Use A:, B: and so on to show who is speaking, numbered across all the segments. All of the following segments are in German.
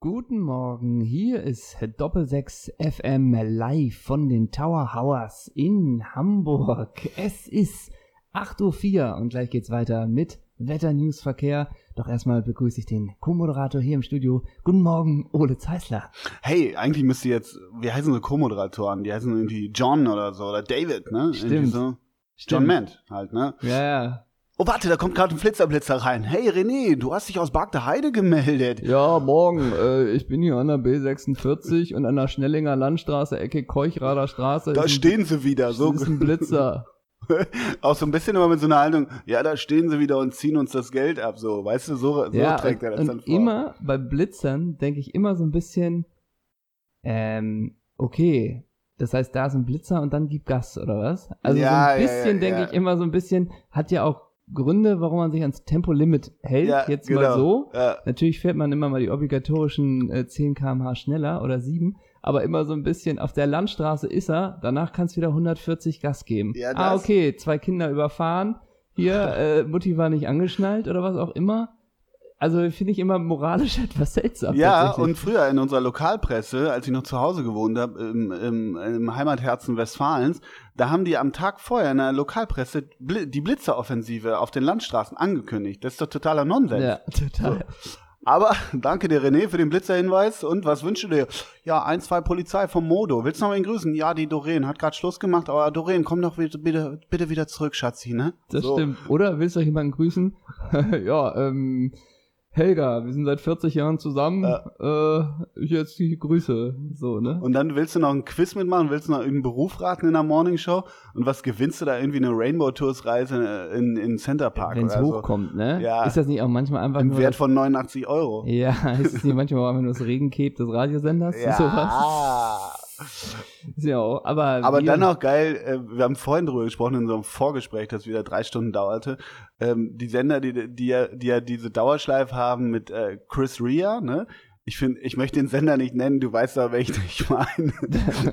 A: Guten Morgen, hier ist Doppelsechs FM live von den Tower Hours in Hamburg. Es ist 8.04 Uhr und gleich geht's weiter mit Wetter, News, Verkehr. Doch erstmal begrüße ich den Co-Moderator hier im Studio. Guten Morgen, Ole Zeisler.
B: Hey, eigentlich müsste jetzt, wie heißen so Co-Moderatoren? Die heißen irgendwie John oder so oder David, ne? Irgendwie
A: Stimmt.
B: So.
A: Stimmt.
B: John Mant halt, ne?
A: Ja, ja.
B: Oh, warte, da kommt gerade ein Flitzerblitzer rein. Hey René, du hast dich aus Bagde Heide gemeldet.
A: Ja, morgen. Äh, ich bin hier an der B46 und an der Schnellinger Landstraße, Ecke Keuchrader Straße.
B: Da
A: ist ein-
B: stehen sie wieder, so
A: ist ein Blitzer.
B: auch so ein bisschen immer mit so einer Haltung, ja, da stehen sie wieder und ziehen uns das Geld ab, so, weißt du, so, so
A: ja,
B: trägt er das
A: und,
B: dann
A: und
B: vor.
A: immer bei Blitzern denke ich immer so ein bisschen, ähm, okay, das heißt, da ist ein Blitzer und dann gib Gas, oder was? Also so
B: Ja,
A: ein
B: ja,
A: bisschen
B: ja,
A: denke
B: ja.
A: ich immer so ein bisschen, hat ja auch Gründe, warum man sich ans Tempolimit hält,
B: ja,
A: jetzt
B: genau.
A: mal so.
B: Ja,
A: Natürlich fährt man immer mal die obligatorischen äh, 10 km/h schneller oder 7, aber immer so ein bisschen auf der Landstraße ist er, danach kannst du wieder 140 Gas geben.
B: Ja,
A: ah,
B: das-
A: okay, zwei Kinder überfahren, hier, äh, Mutti war nicht angeschnallt oder was auch immer. Also finde ich immer moralisch etwas seltsam.
B: ja
A: tatsächlich.
B: und früher in unserer Lokalpresse, als ich noch zu Hause gewohnt habe, im, im, im Heimatherzen Westfalens, da haben die am Tag vorher in der Lokalpresse Bli- die Blitzeroffensive auf den Landstraßen angekündigt. Das ist doch totaler Nonsens.
A: Ja, total.
B: Aber danke dir, René, für den Blitzerhinweis. Und was wünschst du dir? Ja, ein, zwei Polizei vom Modo. Willst du noch wen grüßen? Ja, die Doreen hat gerade Schluss gemacht, aber Doreen, komm doch bitte, bitte, bitte wieder zurück, Schatzi, ne?
A: Das
B: So.
A: stimmt. Oder willst du jemanden grüßen? ja, ähm, Helga, wir sind seit 40 Jahren zusammen. Äh, jetzt die Grüße. So, ne?
B: Und dann willst du noch ein Quiz mitmachen, willst du noch irgendeinen Beruf raten in der Morningshow? Und was gewinnst du da irgendwie eine Rainbow Tours Reise in, in Center Park?
A: Wenn es
B: oder
A: hochkommt, ne?
B: Ja.
A: Ist das nicht auch manchmal einfach
B: So. Im
A: nur
B: Wert von 89 Euro.
A: Ja, ist es nicht manchmal auch einfach nur das Regenkeb des Radiosenders und sowas? Ist ja auch, aber,
B: Aber
A: wir-
B: dann auch geil, äh, wir haben vorhin drüber gesprochen in so einem Vorgespräch, das wieder drei Stunden dauerte. Ähm, die Sender, die, die, ja, die ja diese Dauerschleife haben mit äh, Chris Ria, ne? Ich finde, ich möchte den Sender nicht nennen, du weißt aber, welchen ich meine.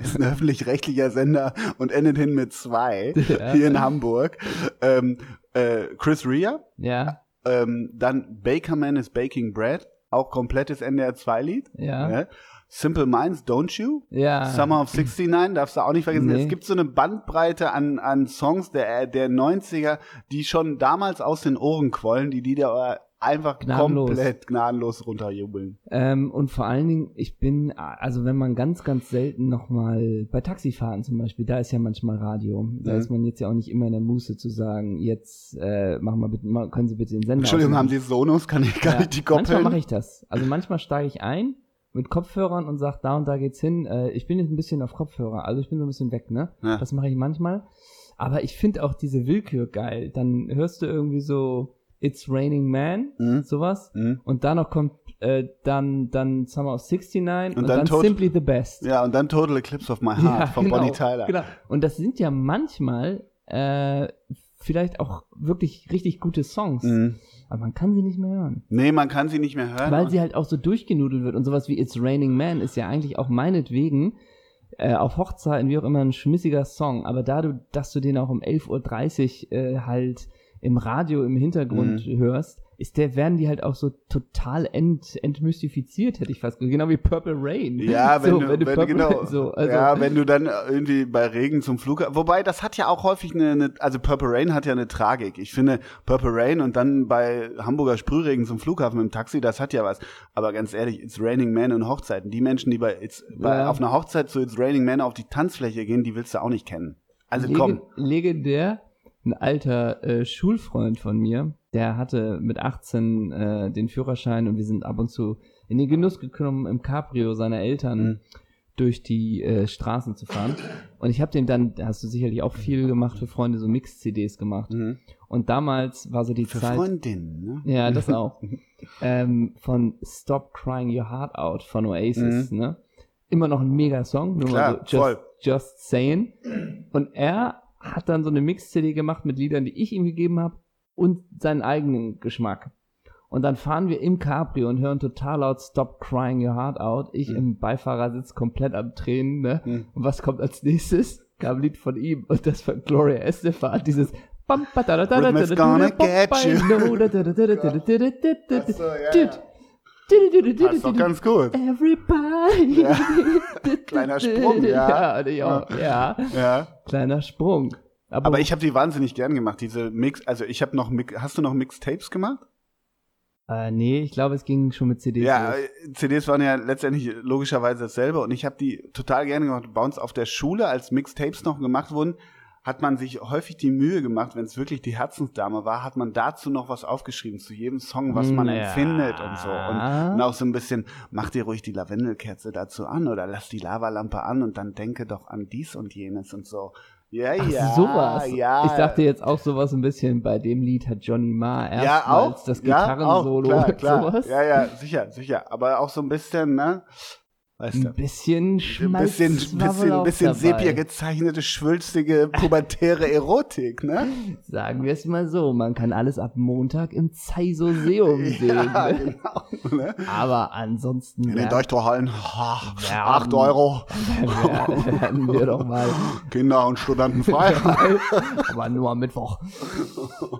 B: ist ein öffentlich-rechtlicher Sender und endet hin mit zwei
A: Ja.
B: hier in Hamburg. Ähm, äh, Chris Ria,
A: Ja,
B: ähm, dann Bakerman is Baking Bread, auch komplettes NDR 2-Lied.
A: ja,
B: Ne? Simple Minds, Don't You?
A: ja.
B: Summer of 69, darfst du auch nicht vergessen.
A: Ah. Nee.
B: Es gibt so eine Bandbreite an, an Songs der, der 90er, die schon damals aus den Ohren quollen, die die da einfach
A: Gnadenlos.
B: komplett gnadenlos runterjubeln.
A: Ähm, und vor allen Dingen, ich bin, also wenn man ganz, ganz selten nochmal bei Taxifahren zum Beispiel, da ist ja manchmal Radio. Da
B: Mhm.
A: ist man jetzt ja auch nicht immer in der Muße zu sagen, jetzt äh, machen wir bitte, ma- können Sie bitte den Sender
B: Entschuldigung, haben
A: ausmachen.
B: Sie Sonos? Kann ich gar
A: Ja,
B: nicht die koppeln?
A: Manchmal mache ich das. Also manchmal steige ich ein mit Kopfhörern und sage, da und da geht's hin. Äh, ich bin jetzt ein bisschen auf Kopfhörer, also ich bin so ein bisschen weg, ne?
B: Ja.
A: Das mache ich manchmal. Aber ich finde auch diese Willkür geil. Dann hörst du irgendwie so It's Raining Man,
B: Mhm.
A: sowas.
B: Mhm.
A: Und danach kommt äh, dann, dann Summer of 69 und,
B: dann
A: dann,
B: Tot-
A: Simply the Best.
B: Ja, und dann Total Eclipse of My Heart von
A: genau,
B: Bonnie Tyler.
A: Genau. Und das sind ja manchmal äh, vielleicht auch wirklich richtig gute Songs.
B: Mhm.
A: Aber man kann sie nicht mehr hören.
B: Nee, man kann sie nicht mehr hören.
A: Weil sie halt auch so durchgenudelt wird und sowas wie It's Raining Man ist ja eigentlich auch meinetwegen äh, auf Hochzeiten, wie auch immer, ein schmissiger Song. Aber da du, dass du den auch um 11.30 Uhr äh, halt im Radio im Hintergrund
B: Mhm.
A: hörst, ist der, werden die halt auch so total ent, entmystifiziert, hätte ich fast gesagt. Genau wie Purple Rain.
B: Ja, wenn
A: so,
B: du, wenn,
A: Purple
B: genau.
A: Rain, so, also,
B: ja, wenn du dann irgendwie bei Regen zum Flughafen. Wobei, das hat ja auch häufig eine, eine, also Purple Rain hat ja eine Tragik. Ich finde Purple Rain und dann bei Hamburger Sprühregen zum Flughafen im Taxi, das hat ja was. Aber ganz ehrlich, It's Raining Man und Hochzeiten. Die Menschen, die bei, It's, bei
A: Ja.
B: auf einer Hochzeit zu It's Raining Man auf die Tanzfläche gehen, die willst du auch nicht kennen. Also
A: Lege-
B: komm.
A: Legendär, ein alter äh, Schulfreund von mir, der hatte mit 18 äh, den Führerschein und wir sind ab und zu in den Genuss gekommen, im Cabrio seiner Eltern
B: Mhm.
A: durch die äh, Straßen zu fahren. Und ich habe dem dann, da hast du sicherlich auch viel gemacht für Freunde, so Mix-CDs gemacht.
B: Mhm.
A: Und damals war so die
B: Für
A: Zeit.
B: Freundinnen, ne?
A: Ja, das auch. ähm, von Stop Crying Your Heart Out von Oasis, ne? Immer noch ein mega Song, nur
B: Mhm. Klar,
A: mal so
B: voll.
A: just, just Saying. Und er hat dann so eine Mix-CD gemacht mit Liedern, die ich ihm gegeben habe und seinen eigenen Geschmack. Und dann fahren wir im Cabrio und hören total laut Stop Crying Your Heart Out. Ich im Beifahrersitz komplett am Tränen, ne?
B: Mhm.
A: Und was kommt als nächstes? Kam ein Lied von ihm und das von Gloria Estefan, dieses Bam, ba, da, da, da, da, da,
B: Rhythm is
A: da, da,
B: gonna
A: da,
B: get
A: I
B: you.
A: know da, da, da, da, da, da, da, da, da, da,
B: Ach so, ja,
A: Dude.
B: ja. Passt doch ganz gut.
A: Everybody.
B: Ja. Kleiner Sprung, ja.
A: Ja, ja, ja.
B: Ja.
A: Kleiner Sprung. Aber,
B: Aber ich habe die wahnsinnig gern gemacht, diese Mix. Also ich habe noch Mix. Hast du noch Mixtapes gemacht?
A: äh, nee, ich glaube, es ging schon mit CDs.
B: Ja,
A: los.
B: äh, CDs waren ja letztendlich logischerweise dasselbe und ich habe die total gerne gemacht. Bei uns auf der Schule, als Mixtapes noch gemacht wurden, hat man sich häufig die Mühe gemacht, wenn es wirklich die Herzensdame war, hat man dazu noch was aufgeschrieben, zu jedem Song, was man
A: Ja.
B: empfindet und so. Und, und auch so ein bisschen, mach dir ruhig die Lavendelkerze dazu an oder lass die Lavalampe an und dann denke doch an dies und jenes und so. Ja,
A: Ach,
B: ja.
A: sowas.
B: Ja,
A: ich dachte jetzt auch sowas ein bisschen, bei dem Lied hat Johnny Marr erstmals
B: ja, auch.
A: das
B: ja, auch,
A: Gitarrensolo
B: klar,
A: und
B: klar.
A: sowas.
B: Ja, ja, sicher, sicher. Aber auch so ein bisschen, ne? Weißt du.
A: Ein bisschen
B: Ein
A: Schmalz
B: bisschen,
A: war wohl
B: bisschen,
A: auch
B: bisschen
A: dabei.
B: sepia gezeichnete, schwülstige, pubertäre Erotik, ne?
A: Sagen wir es mal so, man kann alles ab Montag im Zeisoseum sehen.
B: Ja, genau. Ne?
A: Aber ansonsten
B: In den
A: werden-
B: Deuchtorhallen, ha,
A: Ja.
B: 8 Euro,
A: werden wir doch mal
B: Kinder und Studenten frei.
A: aber nur am Mittwoch.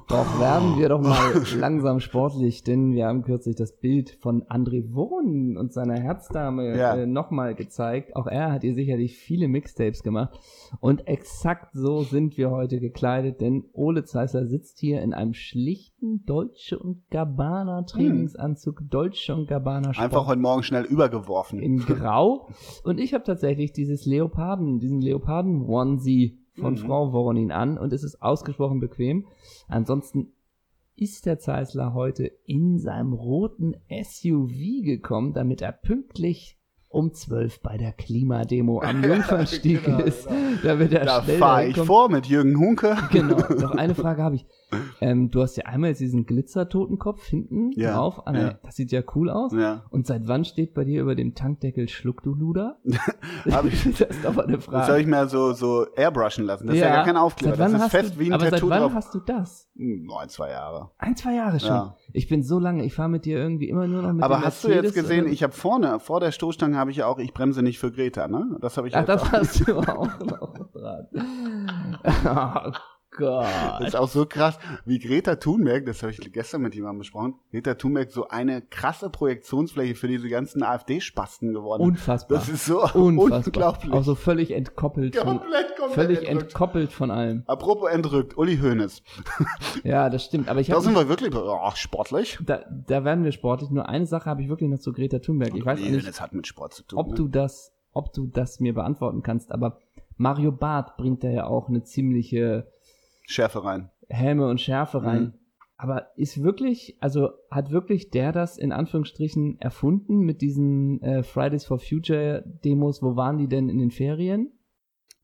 A: Doch werden wir doch mal langsam sportlich, denn wir haben kürzlich das Bild von André Wurn und seiner Herzdame
B: Ja.
A: äh, nochmal gezeigt. Auch er hat ihr sicherlich viele Mixtapes gemacht. Und exakt so sind wir heute gekleidet, denn Ole Zeissler sitzt hier in einem schlichten Deutsche und Gabbana Trainingsanzug, Deutsche und Gabbana Sport
B: Hm. Einfach heute Morgen schnell übergeworfen.
A: in Grau. Und ich habe tatsächlich dieses Leoparden, diesen Leoparden Onesie von
B: Mhm.
A: Frau Voronin an und es ist ausgesprochen bequem. Ansonsten ist der Zeisler heute in seinem roten SUV gekommen, damit er pünktlich um 12 bei der Klimademo am Jungfernstieg
B: Genau,
A: ist,
B: genau.
A: damit er
B: Da
A: schnell
B: fahre
A: dahin
B: ich
A: kommt.
B: vor mit Jürgen Hunke.
A: Genau, noch eine Frage habe ich. Ähm, du hast ja einmal jetzt diesen Glitzer-Totenkopf hinten
B: Ja,
A: drauf. Anna,
B: ja.
A: Das sieht ja cool aus.
B: Ja.
A: Und seit wann steht bei dir über dem Tankdeckel Schluck du Luder?
B: Hab ich-
A: das ist aber eine
B: Das habe
A: Frage.
B: ich mir so, so airbrushen lassen. Das ist ja, gar kein Aufkleber.
A: Seit wann
B: Das ist
A: hast
B: fest
A: du,
B: wie ein
A: Aber
B: Tattoo
A: seit wann
B: drauf.
A: hast du das?
B: Hm, Neun, zwei Jahre.
A: Ein, zwei Jahre schon.
B: Ja.
A: Ich bin so lange, ich fahre mit dir irgendwie immer nur noch mit
B: Aber
A: dem
B: hast du
A: Mercedes äh,
B: jetzt gesehen,
A: oder-
B: ich habe vorne, vor der Stoßstange habe ich ja auch, ich bremse nicht für Greta, ne? Das habe ich
A: Ach,
B: jetzt auch.
A: das hast du auch noch dran. Oh
B: Das
A: Gott.
B: ist auch so krass, wie Greta Thunberg, das habe ich gestern mit jemandem besprochen, Greta Thunberg so eine krasse Projektionsfläche für diese ganzen AfD-Spasten geworden.
A: Unfassbar.
B: das ist so
A: Unfassbar.
B: unglaublich.
A: Auch so völlig entkoppelt von,
B: Komplett, komplett
A: völlig
B: entrückt.
A: entkoppelt von allem.
B: Apropos entrückt, Uli Hoeneß.
A: Ja, das stimmt. Aber ich
B: Da
A: habe
B: sind wir wirklich oh, sportlich.
A: da, da werden wir sportlich. Nur eine Sache habe ich wirklich noch zu Greta Thunberg. Ich weiß auch
B: Uli
A: nicht,
B: Hoeneß hat mit Sport zu tun.
A: ob
B: ne?
A: du das, ob du das mir beantworten kannst, aber Mario Barth bringt da ja auch eine ziemliche
B: Schärfe rein.
A: Helme und Schärfe rein.
B: Mhm.
A: Aber ist wirklich, also hat wirklich der das in Anführungsstrichen erfunden mit diesen äh, Fridays for Future Demos? Wo waren die denn in den Ferien?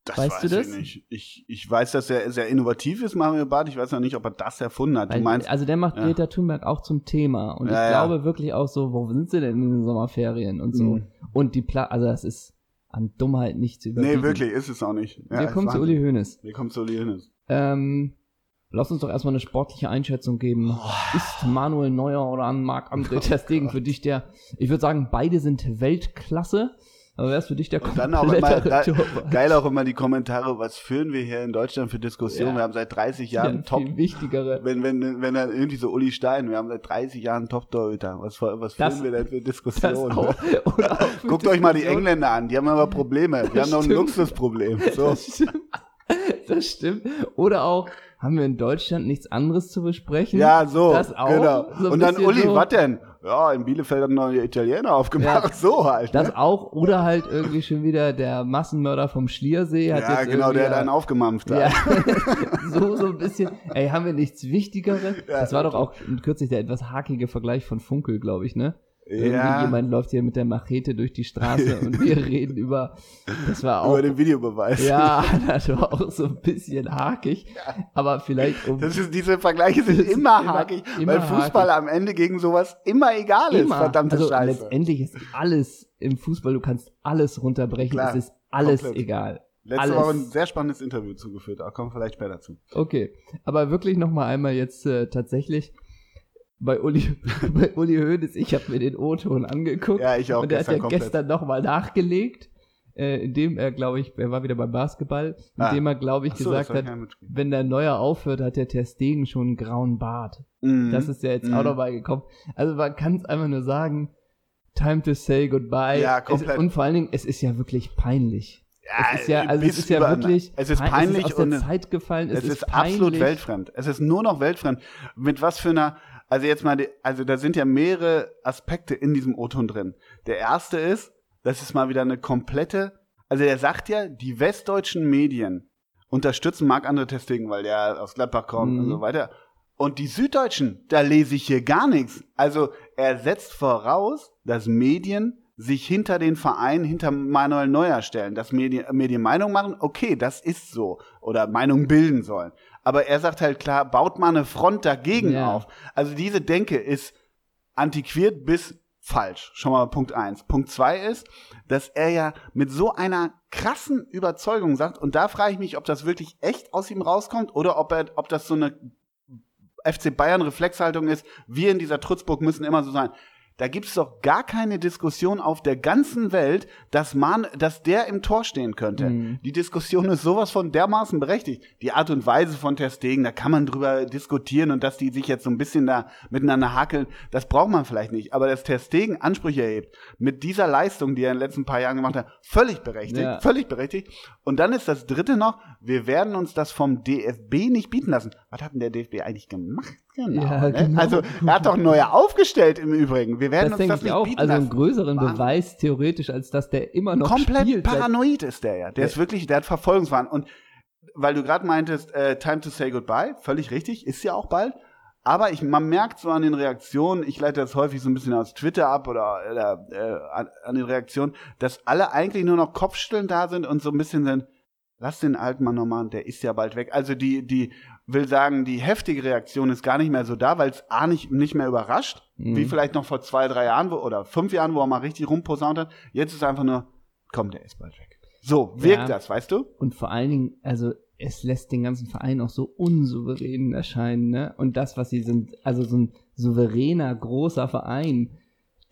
B: Das
A: Weißt
B: weiß
A: du das?
B: ich nicht. Ich, ich weiß, dass er sehr innovativ ist, Mario Barth. Ich weiß noch nicht, ob er das erfunden hat. Du
A: Weil-
B: meinst,
A: also der macht
B: ja.
A: Greta Thunberg auch zum Thema. Und
B: Ja,
A: ich
B: ja.
A: glaube wirklich auch so, wo sind sie denn in den Sommerferien und so.
B: Mhm.
A: Und die Pla also das ist an Dummheit nicht zu überbieten.
B: Nee, wirklich, ist es auch nicht. Ja,
A: Wir
B: ist
A: kommen zu
B: Wahnsinn.
A: Uli Hoeneß.
B: Wir kommen zu Uli Hoeneß.
A: Ähm, lass uns doch erstmal eine sportliche Einschätzung geben.
B: Oh.
A: Ist Manuel Neuer oder an Marc André Ter Stegen für dich der, ich würde sagen, beide sind Weltklasse, aber wer ist für dich der
B: Und dann auch immer,
A: komplettere
B: ge
A: Torwart?
B: geil auch immer die Kommentare, was führen wir hier in Deutschland für Diskussionen?
A: Ja.
B: Wir haben seit 30
A: Ja,
B: Jahren Top,
A: viel wichtigere.
B: wenn, wenn, wenn dann irgendwie so Uli Stein, wir haben seit 30 Jahren Top-Torhüter. Was, für- was
A: Das-
B: führen wir denn für
A: Das
B: Diskussionen? ne?
A: auch. Und auch für
B: Guckt euch mal die
A: Diskussion.
B: Engländer an, die haben aber Probleme. Die
A: Das
B: haben noch ein
A: stimmt.
B: Luxusproblem. So.
A: Das stimmt. Das stimmt. Oder auch, haben wir in Deutschland nichts anderes zu besprechen?
B: Ja, so,
A: Das auch.
B: genau.
A: So ein
B: Und dann
A: bisschen
B: Uli,
A: so.
B: was denn? Ja, in Bielefeld hat noch die Italiener aufgemacht,
A: Ja.
B: so halt.
A: Das auch. Oder halt irgendwie schon wieder der Massenmörder vom Schliersee. Hat
B: ja,
A: jetzt
B: genau, der
A: irgendwie- äh,
B: hat einen aufgemampft. da.
A: Ja, so, so ein bisschen. Ey, haben wir nichts Wichtigeres? das war doch auch kürzlich der etwas hakige Vergleich von Funkel, glaube ich, ne? Irgendwie jemand läuft hier mit der Machete durch die Straße und wir reden über. Das war auch.
B: Über den Videobeweis.
A: Ja, das war auch so ein bisschen hakig. Aber vielleicht um.
B: Das ist, diese Vergleiche sind
A: Das ist
B: immer,
A: immer-
B: hakig,
A: immer
B: weil Fußball am Ende gegen sowas immer egal ist, verdammte
A: also
B: Scheiße.
A: letztendlich ist alles im Fußball, du kannst alles runterbrechen,
B: Klar,
A: es ist alles
B: komplett.
A: egal.
B: Letzte
A: alles.
B: Woche ein sehr spannendes Interview zugeführt, aber kommen wir vielleicht später zu.
A: Okay, aber wirklich nochmal einmal jetzt äh, tatsächlich bei Uli, bei Uli Hoeneß, ich habe mir den O-Ton angeguckt
B: Ja, ich auch
A: und der hat
B: gestern
A: ja
B: komplett.
A: gestern nochmal nachgelegt, äh, indem er, glaube ich, er war wieder beim Basketball,
B: Ah.
A: indem er, glaube ich,
B: Ach so,
A: gesagt
B: das hab ich
A: hat,
B: gar nicht mitgekriegt.
A: wenn der Neuer aufhört, hat der Ter Stegen schon einen grauen Bart.
B: Mhm.
A: Das ist ja jetzt
B: Mhm.
A: auch dabei gekommen. Also man kann es einfach nur sagen, Time to say goodbye.
B: Ja,
A: es,
B: komplett.
A: und vor allen Dingen, es ist ja wirklich peinlich.
B: Ja,
A: es ist ja, also es
B: Äh, bis
A: ist ja
B: über-
A: wirklich,
B: Es ist
A: pein-
B: peinlich
A: es ist aus
B: und
A: der Zeit gefallen. Es,
B: Es, ist, absolut
A: peinlich.
B: weltfremd. Es ist nur noch weltfremd. Mit was für einer, also jetzt mal, die, also da sind ja mehrere Aspekte in diesem O-Ton drin. Der erste ist, das ist mal wieder eine komplette, also der sagt ja, die westdeutschen Medien unterstützen Marc-André Testigen, weil der aus Gladbach kommt und
A: Mhm.
B: so weiter. Und die Süddeutschen, da lese ich hier gar nichts. Also er setzt voraus, dass Medien sich hinter den Verein, hinter Manuel Neuer stellen, dass Medien, Medien Meinung machen, okay, das ist so. Oder Meinung bilden sollen. Aber er sagt halt klar, baut mal eine Front dagegen
A: Ja.
B: auf. Also diese Denke ist antiquiert bis falsch. Schon mal Punkt eins. Punkt zwei ist, dass er ja mit so einer krassen Überzeugung sagt, und da frage ich mich, ob das wirklich echt aus ihm rauskommt oder ob, er, ob das so eine FC Bayern Reflexhaltung ist, wir in dieser Trutzburg müssen immer so sein. Da gibt's doch gar keine Diskussion auf der ganzen Welt, dass man, dass der im Tor stehen könnte.
A: Mhm.
B: Die Diskussion ist sowas von dermaßen berechtigt. Die Art und Weise von Ter Stegen, da kann man drüber diskutieren und dass die sich jetzt so ein bisschen da miteinander hakeln, das braucht man vielleicht nicht. Aber dass Ter Stegen Ansprüche erhebt, mit dieser Leistung, die er in den letzten paar Jahren gemacht hat, völlig berechtigt,
A: Ja.
B: völlig berechtigt. Und dann ist das dritte noch, wir werden uns das vom DFB nicht bieten lassen. Was hat denn der DFB eigentlich gemacht? Genau,
A: Ja,
B: ne?
A: genau.
B: Also er hat doch neue aufgestellt im Übrigen. Wir werden
A: Das
B: uns
A: denke
B: das
A: ich
B: nicht
A: auch.
B: bieten
A: Also einen
B: lassen.
A: größeren
B: Wahnsinn.
A: Beweis theoretisch, als dass der immer noch
B: Komplett
A: spielt. seit-
B: paranoid ist der ja. Der
A: Ja.
B: ist wirklich, der hat Verfolgungswahn. Und weil du gerade meintest, äh, Time to say goodbye, völlig richtig, ist ja auch bald. Aber ich, man merkt so an den Reaktionen, ich leite das häufig so ein bisschen aus Twitter ab oder, oder äh, an, an den Reaktionen, dass alle eigentlich nur noch Kopfschütteln da sind und so ein bisschen sind, lass den alten Mann nochmal, der ist ja bald weg. Also die, die will sagen, die heftige Reaktion ist gar nicht mehr so da, weil es A nicht, nicht mehr überrascht,
A: Mhm.
B: wie vielleicht noch vor zwei, drei Jahren wo, oder fünf Jahren, wo er mal richtig rumposaunt hat. Jetzt ist einfach nur, komm, der ist bald weg. So,
A: Ja.
B: wirkt das, weißt du?
A: Und vor allen Dingen, also es lässt den ganzen Verein auch so unsouverän erscheinen, ne? Und das, was sie sind, also so ein souveräner, großer Verein,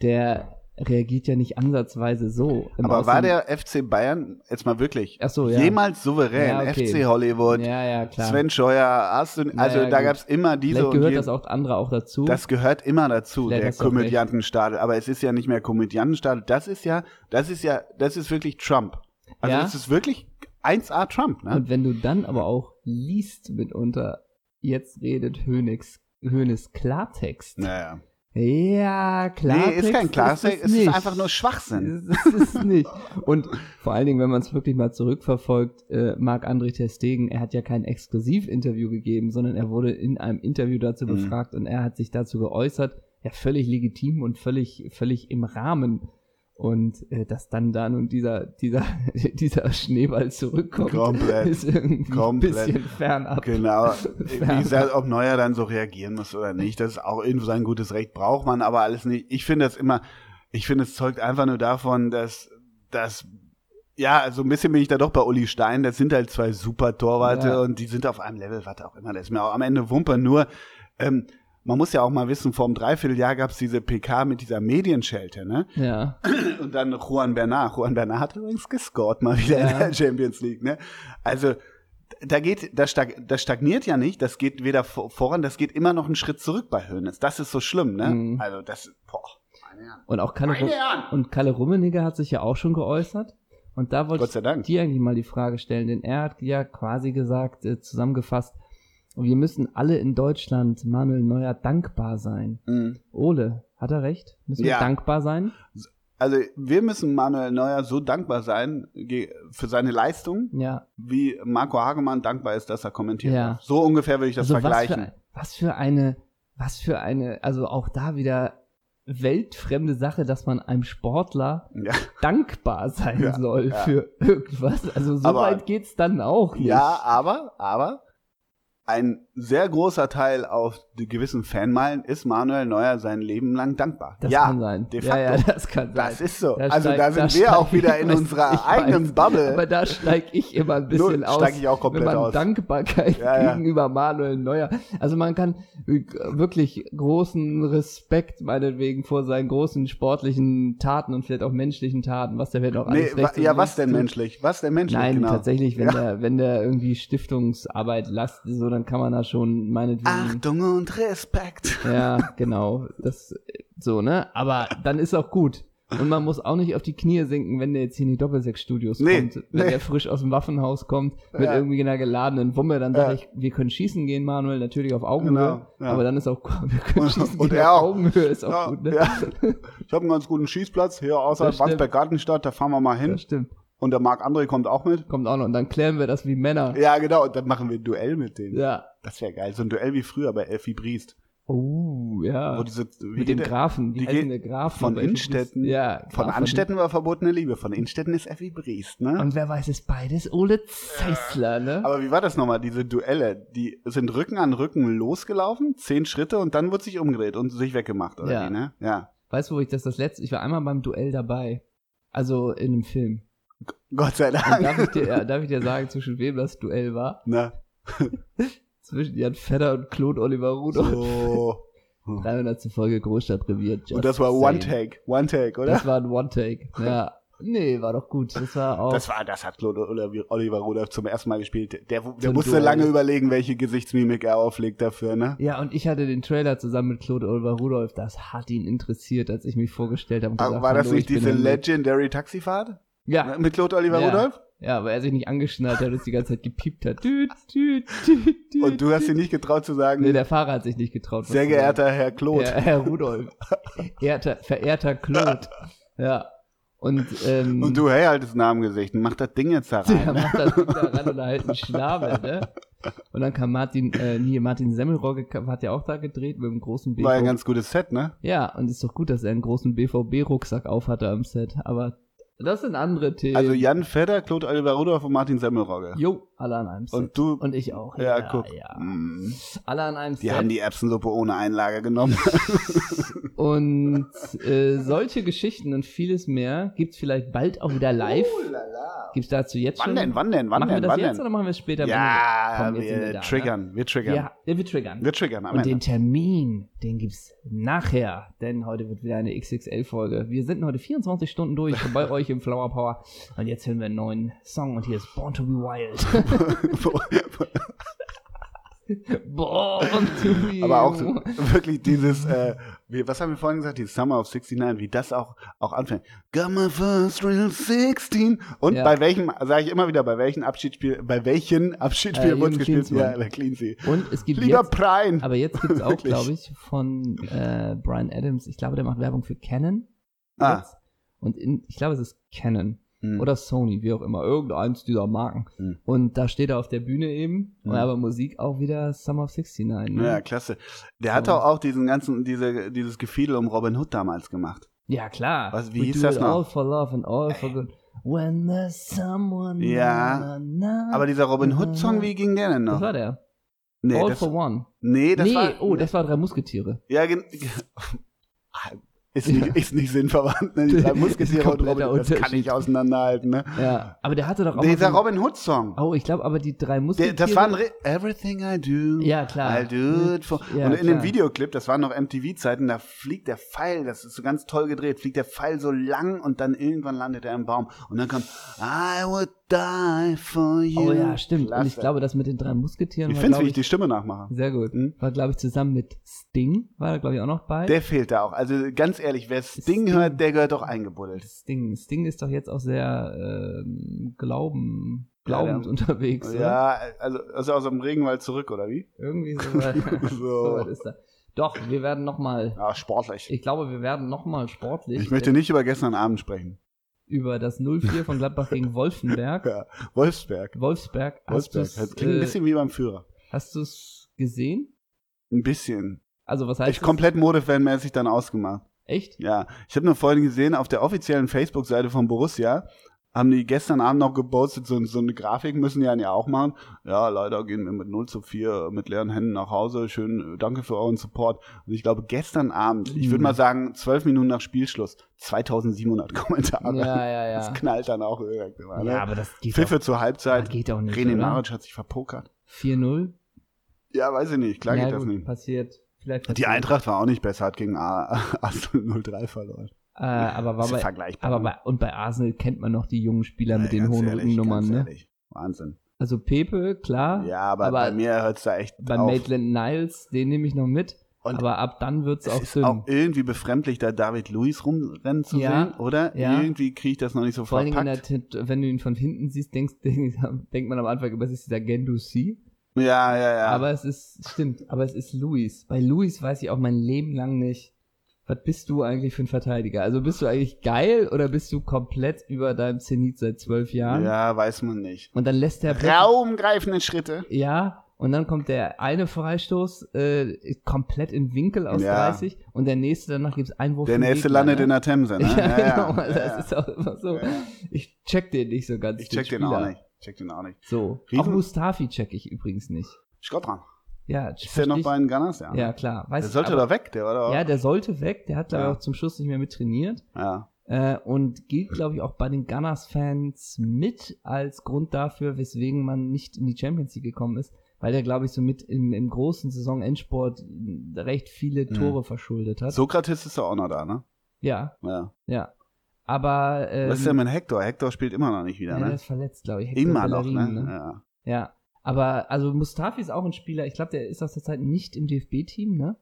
A: der reagiert ja nicht ansatzweise so. Im
B: Aber war
A: Ausland-
B: der FC Bayern, jetzt mal wirklich,
A: Ach so, ja.
B: jemals souverän?
A: Ja, okay.
B: FC Hollywood,
A: Ja, ja, klar.
B: Sven Scheuer, Arsene,
A: Ja,
B: also
A: ja,
B: da
A: gut.
B: gab es immer diese
A: Vielleicht
B: und
A: gehört
B: jene.
A: das auch andere auch dazu.
B: Das gehört immer dazu,
A: Vielleicht
B: der
A: hast du auch recht.
B: Komödiantenstadel. Aber es ist ja nicht mehr Komödiantenstadel. Das ist ja, das ist ja, das ist wirklich Trump. Also
A: Ja?
B: das ist wirklich 1A Trump, ne?
A: Und wenn du dann aber auch liest mitunter, jetzt redet Hönigs, Hönes Klartext.
B: Naja.
A: Ja,
B: Ne. Nee,
A: Klartext.
B: ist kein Klassik,
A: es
B: es ist
A: nicht.
B: einfach nur Schwachsinn.
A: Es ist es nicht. Und vor allen Dingen, wenn man es wirklich mal zurückverfolgt, äh, Marc-André Ter Stegen, er hat ja kein Exklusivinterview gegeben, sondern er wurde in einem Interview dazu
B: Mhm.
A: befragt und er hat sich dazu geäußert, ja völlig legitim und völlig, völlig im Rahmen. Und äh, dass dann da nun dieser, dieser, dieser Schneeball zurückkommt,
B: Komplett.
A: ist irgendwie
B: Komplett.
A: ein bisschen fernab.
B: Genau.
A: Ja.
B: Wie gesagt, ob Neuer dann so reagieren muss oder nicht, das ist auch irgendwo sein gutes Recht, braucht man aber alles nicht. Ich finde das immer, ich finde, es zeugt einfach nur davon, dass, dass, ja, so ein bisschen bin ich da doch bei Uli Stein, das sind halt zwei super Torwarte
A: Ja.
B: und die sind auf einem Level, was auch immer, das ist mir auch am Ende Wumpe, nur, ähm, man muss ja auch mal wissen, vor einem Dreivierteljahr gab es diese PK mit dieser Medienschelte, ne?
A: Ja.
B: Und dann Juan Bernard. Juan Bernard hat übrigens gescored mal wieder
A: Ja.
B: in der Champions League, ne? Also, da geht, das, stag, das stagniert ja nicht, das geht weder vor- voran, das geht immer noch einen Schritt zurück bei Hönes. Das ist so schlimm, ne?
A: Mhm.
B: Also, das, boah, meine Herren.
A: Und auch Kalle,
B: Meine
A: Ru-
B: Herren!
A: und Kalle Rummeniger hat sich ja auch schon geäußert. Und da wollte
B: Gott
A: ich
B: sei Dank.
A: dir eigentlich mal die Frage stellen, denn er hat ja quasi gesagt, äh, zusammengefasst, wir müssen alle in Deutschland Manuel Neuer dankbar sein.
B: Mhm.
A: Ole, hat er recht? Müssen
B: Ja.
A: wir dankbar sein?
B: Also, wir müssen Manuel Neuer so dankbar sein ge- für seine Leistung,
A: Ja.
B: wie Marco Hagemann dankbar ist, dass er kommentiert.
A: Ja.
B: Darf. So ungefähr würde ich das
A: Also was
B: vergleichen.
A: für, was für eine, was für eine, also auch da wieder weltfremde Sache, dass man einem Sportler
B: ja.
A: dankbar sein
B: Ja,
A: soll
B: ja.
A: für irgendwas. Also so
B: Aber-
A: weit geht's dann auch nicht.
B: Ja, aber, aber ein sehr großer Teil auf die gewissen Fanmeilen ist Manuel Neuer sein Leben lang dankbar.
A: Das
B: ja,
A: kann sein.
B: de
A: ja, ja,
B: facto.
A: das kann sein.
B: das ist so.
A: Da
B: also
A: steig-
B: da sind wir
A: steig-
B: auch wieder in
A: ich weiß,
B: unserer
A: ich
B: eigenen Bubble.
A: Aber da steige ich immer ein
B: Nur
A: bisschen aus.
B: äh, steig ich auch komplett
A: wenn man
B: aus.
A: Dankbarkeit
B: Ja, ja.
A: gegenüber Manuel Neuer. Also man kann äh, wirklich großen Respekt meinetwegen vor seinen großen sportlichen Taten und vielleicht auch menschlichen Taten, was der Welt auch
B: nee,
A: alles
B: wa
A: rechts und
B: ja,
A: links
B: was denn
A: tut.
B: menschlich? Was denn menschlich?
A: Nein,
B: genau.
A: tatsächlich, wenn
B: Ja.
A: der, wenn der irgendwie Stiftungsarbeit lasst, so, dann kann man da schon meinetwegen.
B: Achtung und Respekt.
A: Ja, genau. Das äh, so, ne? Aber dann ist auch gut. Und man muss auch nicht auf die Knie sinken, wenn der jetzt hier in die Doppelsechs-Studios
B: Nee,
A: kommt. Wenn
B: nee.
A: der frisch aus dem Waffenhaus kommt, mit
B: Ja.
A: irgendwie einer geladenen Wumme, dann sage
B: Ja.
A: ich, wir können schießen gehen, Manuel, natürlich auf Augenhöhe.
B: Genau, ja.
A: Aber dann ist auch, wir können
B: Und-
A: schießen
B: und
A: gehen
B: er
A: auf
B: auch.
A: Augenhöhe, ist auch
B: Ja,
A: gut, ne?
B: ja. Ich habe einen ganz guten Schießplatz hier außerhalb
A: Das stimmt.
B: Wandsberg-Gartenstadt, da fahren wir mal hin.
A: Das stimmt.
B: Und der Marc André kommt auch mit.
A: Kommt auch noch. Und dann klären wir das wie Männer.
B: Ja, genau, und dann machen wir ein Duell mit denen.
A: Ja.
B: Das wäre geil, so ein Duell wie früher bei Elfie Briest.
A: Oh, ja.
B: Wo diese, wie
A: mit dem
B: geht der-
A: Grafen. Wie
B: die
A: heißt denn
B: geht-
A: der Grafen?
B: von
A: Bei Elfie
B: Innstetten.
A: Briest? Ja.
B: Von
A: Graf
B: Anstetten war verbotene Liebe, von Innstetten ist Effi Briest, ne?
A: Und wer weiß es beides? Ole Zeissler, ne?
B: Aber wie war das nochmal, diese Duelle? Die sind Rücken an Rücken losgelaufen, zehn Schritte und dann wurde sich umgedreht und sich weggemacht, oder
A: Ja.
B: wie, ne? Ja.
A: Weißt du, wo ich das das letzte, ich war einmal beim Duell dabei. Also in einem Film.
B: Gott sei
A: Und
B: Dank.
A: darf ich dir, ja, darf ich dir sagen, zwischen wem das Duell war?
B: Ne?
A: Zwischen Jan Fedder und Claude Oliver Rudolph.
B: So.
A: 300. Folge Großstadtrevier. just
B: Und das war
A: saying.
B: One Take, One Take, oder?
A: Das war ein One-Take. Ja. Nee, war doch gut. Das war auch.
B: Das war, das hat Claude Oliver- Oliver Rudolph zum ersten Mal gespielt. Der, der
A: Zum
B: musste
A: Duell.
B: lange überlegen, welche Gesichtsmimik er auflegt dafür, ne?
A: ja, und ich hatte den Trailer zusammen mit Claude Oliver Rudolph. Das hat ihn interessiert, als ich mich vorgestellt habe. und
B: Aber
A: gesagt
B: Ah, war
A: habe,
B: das
A: hallo,
B: nicht
A: ich bin
B: diese
A: der Mut.
B: Legendary Taxifahrt?
A: Ja,
B: Mit Claude Oliver
A: Ja.
B: Rudolph?
A: ja, weil er sich nicht angeschnallt hat und es die ganze Zeit gepiept hat. Düt, düt, düt, düt.
B: Und du hast dir nicht getraut zu sagen,
A: Nee, der Fahrer hat sich nicht getraut. was
B: sehr
A: zu sagen.
B: geehrter Herr Claude.
A: Ja, Herr Rudolf. Ehrter, verehrter Claude. Ja. Und, ähm,
B: Und du, hey, halt das Namengesicht, mach das Ding jetzt da rein.
A: der macht das Ding da ran und halt einen Schnabel, ne? Und dann kam Martin, äh, nee, Martin Semmelrogge kam- hat ja auch da gedreht mit dem großen
B: War ein
A: BVB.
B: ganz gutes Set, ne?
A: Ja, und ist doch gut, dass er einen großen BVB-Rucksack aufhatte am Set. Aber das sind andere Themen.
B: Also Jan Fedder, Claude Oliver Rudolph und Martin Semmelrogge.
A: jo, alle an einem Set.
B: Und du,
A: Und ich auch.
B: ja, guck.
A: Ja.
B: Mm.
A: Alle an einem
B: Die
A: Set.
B: haben die Erbsensuppe ohne Einlage genommen.
A: Und äh, solche Geschichten und vieles mehr gibt's vielleicht bald auch wieder live. Gibt's dazu jetzt
B: Oh,
A: schon?
B: Wann denn, wann denn, wann
A: machen wir
B: denn,
A: das
B: wann
A: jetzt
B: denn?
A: oder machen wir es später?
B: Ja,
A: Komm, jetzt sind
B: wir
A: da,
B: triggern, wir
A: Ne?
B: triggern.
A: Ja, äh, wir triggern.
B: Wir triggern am
A: und den
B: Ende.
A: Termin, den gibt's nachher, denn heute wird wieder eine XXL-Folge. Wir sind heute 24 Stunden durch bei euch im Flower Power. Und jetzt hören wir einen neuen Song und hier ist Born to be Wild. Born to be
B: Aber auch wirklich dieses, äh, wie, was haben wir vorhin gesagt, dieses Summer of 69, wie das auch, auch anfängt. Got my first real 16. Und
A: Ja.
B: bei welchem, sage ich immer wieder, bei welchem Abschiedsspiel, bei welchen Abschiedsspiel
A: Äh,
B: wurde es
A: Jürgen
B: gespielt?
A: Klinsmann.
B: Ja, bei Cleansea.
A: Und es gibt
B: Lieber
A: jetzt
B: Prein.
A: Aber jetzt gibt's auch,
B: Wirklich.
A: glaube ich, von äh, Brian Adams, ich glaube, der macht Werbung für Canon.
B: Ah.
A: Jetzt. Und in, ich glaube, es ist Canon
B: Hm.
A: oder Sony, wie auch immer, irgendeins dieser Marken.
B: Hm.
A: Und da steht er auf der Bühne eben,
B: Hm.
A: und aber Musik auch wieder Summer of 69. Ne?
B: ja, klasse. Der hat
A: So.
B: doch auch diesen ganzen, diese, dieses Gefiedel um Robin Hood damals gemacht.
A: Ja, klar.
B: Was- wie
A: We
B: hieß
A: do
B: das
A: it
B: noch?
A: all for love and all for good. When there's someone
B: Ja,
A: na, na, na.
B: Aber dieser Robin Hood-Song, wie ging der denn
A: das Mhm. war
B: noch?
A: der.
B: Nee,
A: all
B: das,
A: for one.
B: nee, das
A: nee,
B: war.
A: oh, das war drei Musketiere.
B: Ja, gen- ist nicht,
A: Ja.
B: ist nicht sinnverwandt. Ne? Die drei Musketiere und
A: Kompletter
B: Robin Hood, das kann
A: Unterschied.
B: ich auseinanderhalten. Ne?
A: Ja, aber der hatte doch auch. mal so
B: Dieser
A: ein-
B: Robin Hood Song.
A: Oh, ich glaube, aber die drei
B: Der,
A: Musketiere.
B: das waren re- Everything I Do.
A: Ja, klar.
B: I do it for.
A: Ja,
B: und in dem
A: klar.
B: Videoclip, das waren noch MTV-Zeiten, da fliegt der Pfeil, das ist so ganz toll gedreht, fliegt der Pfeil so lang und dann irgendwann landet er im Baum. Und dann kommt I would die for you.
A: Oh ja, stimmt. Und ich
B: Klasse.
A: glaube, das mit den drei Musketieren
B: ich
A: war,
B: finde es,
A: glaube
B: wie ich
A: ich,
B: die Stimme nachmache.
A: sehr gut.
B: Hm?
A: War, glaube ich, zusammen mit Sting, war da, glaube ich, auch noch bei.
B: Der fehlt da auch. Also ganz ehrlich, wer Sting,
A: Sting.
B: hört, der gehört auch eingebuddelt.
A: Sting. Sting ist doch jetzt auch sehr ähm, glauben,
B: Ja,
A: glaubend
B: der-
A: unterwegs, oder?
B: Ja, also, also aus dem Regenwald zurück, oder wie?
A: Irgendwie so, so. was ist da. Doch, wir werden nochmal,
B: Ja, sportlich.
A: ich glaube, wir werden nochmal sportlich
B: Ich möchte
A: denn
B: nicht über gestern Abend sprechen.
A: über das 0-4 von Gladbach gegen Wolfenberg.
B: Ja, Wolfsberg.
A: Wolfsberg, hast äh, du
B: Wolfsberg.
A: es
B: Das klingt ein bisschen wie beim Führer.
A: gesehen?
B: Ein bisschen.
A: Also was
B: Ich
A: heißt das?
B: komplett Modefanmäßig dann ausgemacht.
A: Echt?
B: Ja, ich habe nur vorhin gesehen, auf der offiziellen Facebook-Seite von Borussia haben die gestern Abend noch gepostet, so, so eine Grafik müssen die dann ja auch machen. Ja, leider gehen wir mit 0 zu 4 mit leeren Händen nach Hause. Schön, äh, danke für euren Support. Und ich glaube, gestern Abend, ich würde
A: Mhm.
B: mal sagen, 12 Minuten nach Spielschluss, 2700 Kommentare.
A: ja, ja,
B: Das
A: ja.
B: knallt dann auch direkt immer.
A: Ja,
B: Ne?
A: aber das geht
B: Pfiffe
A: doch,
B: zur
A: das
B: Halbzeit.
A: geht doch nicht.
B: René
A: oder?
B: Maric hat sich verpokert.
A: 4-0.
B: Ja, weiß ich nicht. Klar
A: Na
B: geht das
A: gut,
B: nicht.
A: Passiert. Vielleicht passiert.
B: Die Eintracht war auch nicht besser, hat gegen A- Arsenal 03 verloren.
A: Äh, aber war
B: ist ja
A: bei,
B: vergleichbar.
A: aber bei, und bei Arsenal kennt man noch die jungen Spieler mit den
B: Mhm. ganz
A: hohen
B: ehrlich,
A: Rückennummern,
B: ganz
A: ne?
B: ehrlich. Wahnsinn.
A: Also Pepe, klar.
B: Ja, aber,
A: aber
B: bei mir hört es da echt
A: Bei
B: auf.
A: Maitland Niles, den nehme ich noch mit.
B: Und
A: aber ab dann wird's
B: Es
A: auch
B: ist
A: dünn.
B: auch irgendwie befremdlich, da David Luiz rumrennen zu
A: Ja,
B: sehen, oder?
A: ja.
B: Irgendwie kriege ich das noch nicht so
A: Vor allen Dingen, in der
B: verpackt.
A: Tit- wenn du ihn von hinten siehst, denkst, denkt man am Anfang, was ist dieser Gendouzi?
B: Ja, ja, ja.
A: Aber es ist, stimmt, aber es ist Luis. Bei Luis weiß ich auch mein Leben lang nicht, was bist du eigentlich für ein Verteidiger? Also bist du eigentlich geil oder bist du komplett über deinem Zenit seit zwölf Jahren?
B: ja, weiß man nicht.
A: Und dann lässt der
B: Raumgreifende Schritte.
A: Ja, und dann kommt der eine Freistoß äh, komplett im Winkel aus
B: Ja.
A: 30 und der nächste, danach gibt's Einwurf.
B: Der
A: vom
B: nächste
A: Gegner,
B: landet
A: ne?
B: in der Themse, ne?
A: Ja,
B: Ja,
A: genau,
B: ja,
A: das
B: ja.
A: ist auch immer so.
B: Ja.
A: Ich check den nicht so ganz.
B: Ich check den
A: Spieler.
B: auch nicht. Check den auch nicht.
A: So.
B: Riesen-
A: Auch Mustafi check ich übrigens nicht.
B: Scott dran.
A: Ja,
B: Ist der noch bei den Gunners? Ja. ne?
A: Ja, klar. Weiß
B: Der
A: ich,
B: sollte
A: aber-
B: da weg, der oder?
A: Ja, der sollte weg. Der hat, glaube
B: Ja.
A: ich, auch zum Schluss nicht mehr mit trainiert.
B: ja.
A: Äh, und gilt, glaube ich, auch bei den Gunners-Fans mit als Grund dafür, weswegen man nicht in die Champions League gekommen ist. Weil der, glaube ich, so mit im, im großen Saisonendsport recht viele
B: Mhm.
A: Tore verschuldet hat.
B: Sokrates ist ja auch noch da, ne?
A: Ja,
B: Ja.
A: ja. Aber. Ähm,
B: Was ist denn mit Hector? Hector spielt immer noch nicht wieder,
A: ja, der
B: ne?
A: ist verletzt, glaube ich. Hector
B: Immer noch,
A: Bellerin,
B: ne? Ja.
A: Ja. Aber, also Mustafi ist auch ein Spieler, ich glaube, der ist aus der Zeit nicht im DFB-Team, ne?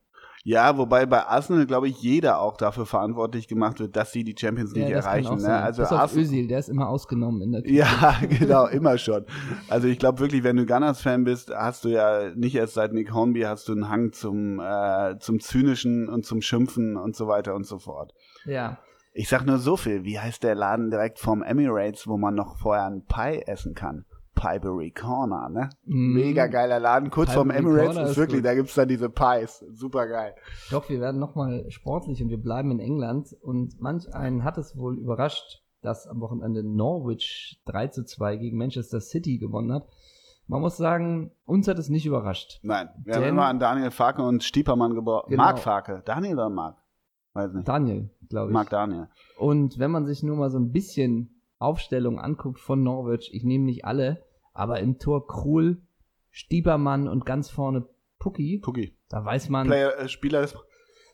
B: ja, wobei bei Arsenal, glaube ich, jeder auch dafür verantwortlich gemacht wird, dass sie die Champions League
A: ja, das
B: erreichen.
A: kann auch
B: Ne?
A: sein.
B: Also
A: Bis auf
B: Arsenal,
A: Özil, der ist immer ausgenommen in der
B: Ja, genau, immer schon. Also ich glaube wirklich, wenn du Gunners-Fan bist, hast du ja nicht erst seit Nick Hornby hast du einen Hang zum, äh, zum Zynischen und zum Schimpfen und so weiter und so fort.
A: Ja.
B: Ich sag nur so viel, wie heißt der Laden direkt vom Emirates, wo man noch vorher einen Pie essen kann? Pieberry Corner, ne?
A: Mhm.
B: Mega geiler Laden, kurz vorm
A: Pieberry
B: Emirates
A: Corner
B: ist
A: ist
B: wirklich,
A: gut.
B: da gibt's dann diese Pies, super geil.
A: Doch, wir werden nochmal sportlich und wir bleiben in England. Und manch einen hat es wohl überrascht, dass am Wochenende Norwich 3 zu 2 gegen Manchester City gewonnen hat. Man muss sagen, uns hat es nicht überrascht.
B: Nein, wir haben
A: Denn-
B: immer an Daniel Farke und Stiepermann gebraucht.
A: Genau.
B: Mark Farke, Daniel oder Mark? Weiß nicht.
A: Daniel, glaube ich.
B: Mark Daniel.
A: Und wenn man sich nur mal so ein bisschen Aufstellung anguckt von Norwich, ich nehme nicht alle, aber im Tor Krul, Stiebermann und ganz vorne Pucki,
B: Cookie.
A: da weiß man
B: Player, äh, Spieler des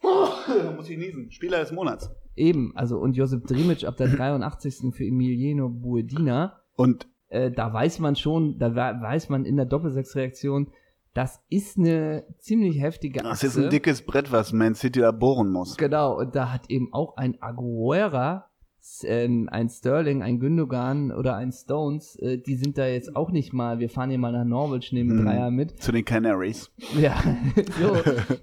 B: Oh, muss ich niesen. Spieler des Monats.
A: eben, also und Josip Drimic ab der 83. für Emiliano Buedina,
B: Und
A: äh, da weiß man schon, da wa- weiß man in der Doppelsechsreaktion, das ist eine ziemlich heftige
B: das
A: Achse.
B: ist ein dickes Brett, was Man City da bohren muss.
A: Genau, und da hat eben auch ein Aguera, s- ähm, ein Sterling, ein Gündogan oder ein Stones, äh, die sind da jetzt auch nicht mal, wir fahren hier mal nach Norwich, nehmen
B: Mhm.
A: Dreier mit.
B: Zu den Canaries.
A: Ja, so,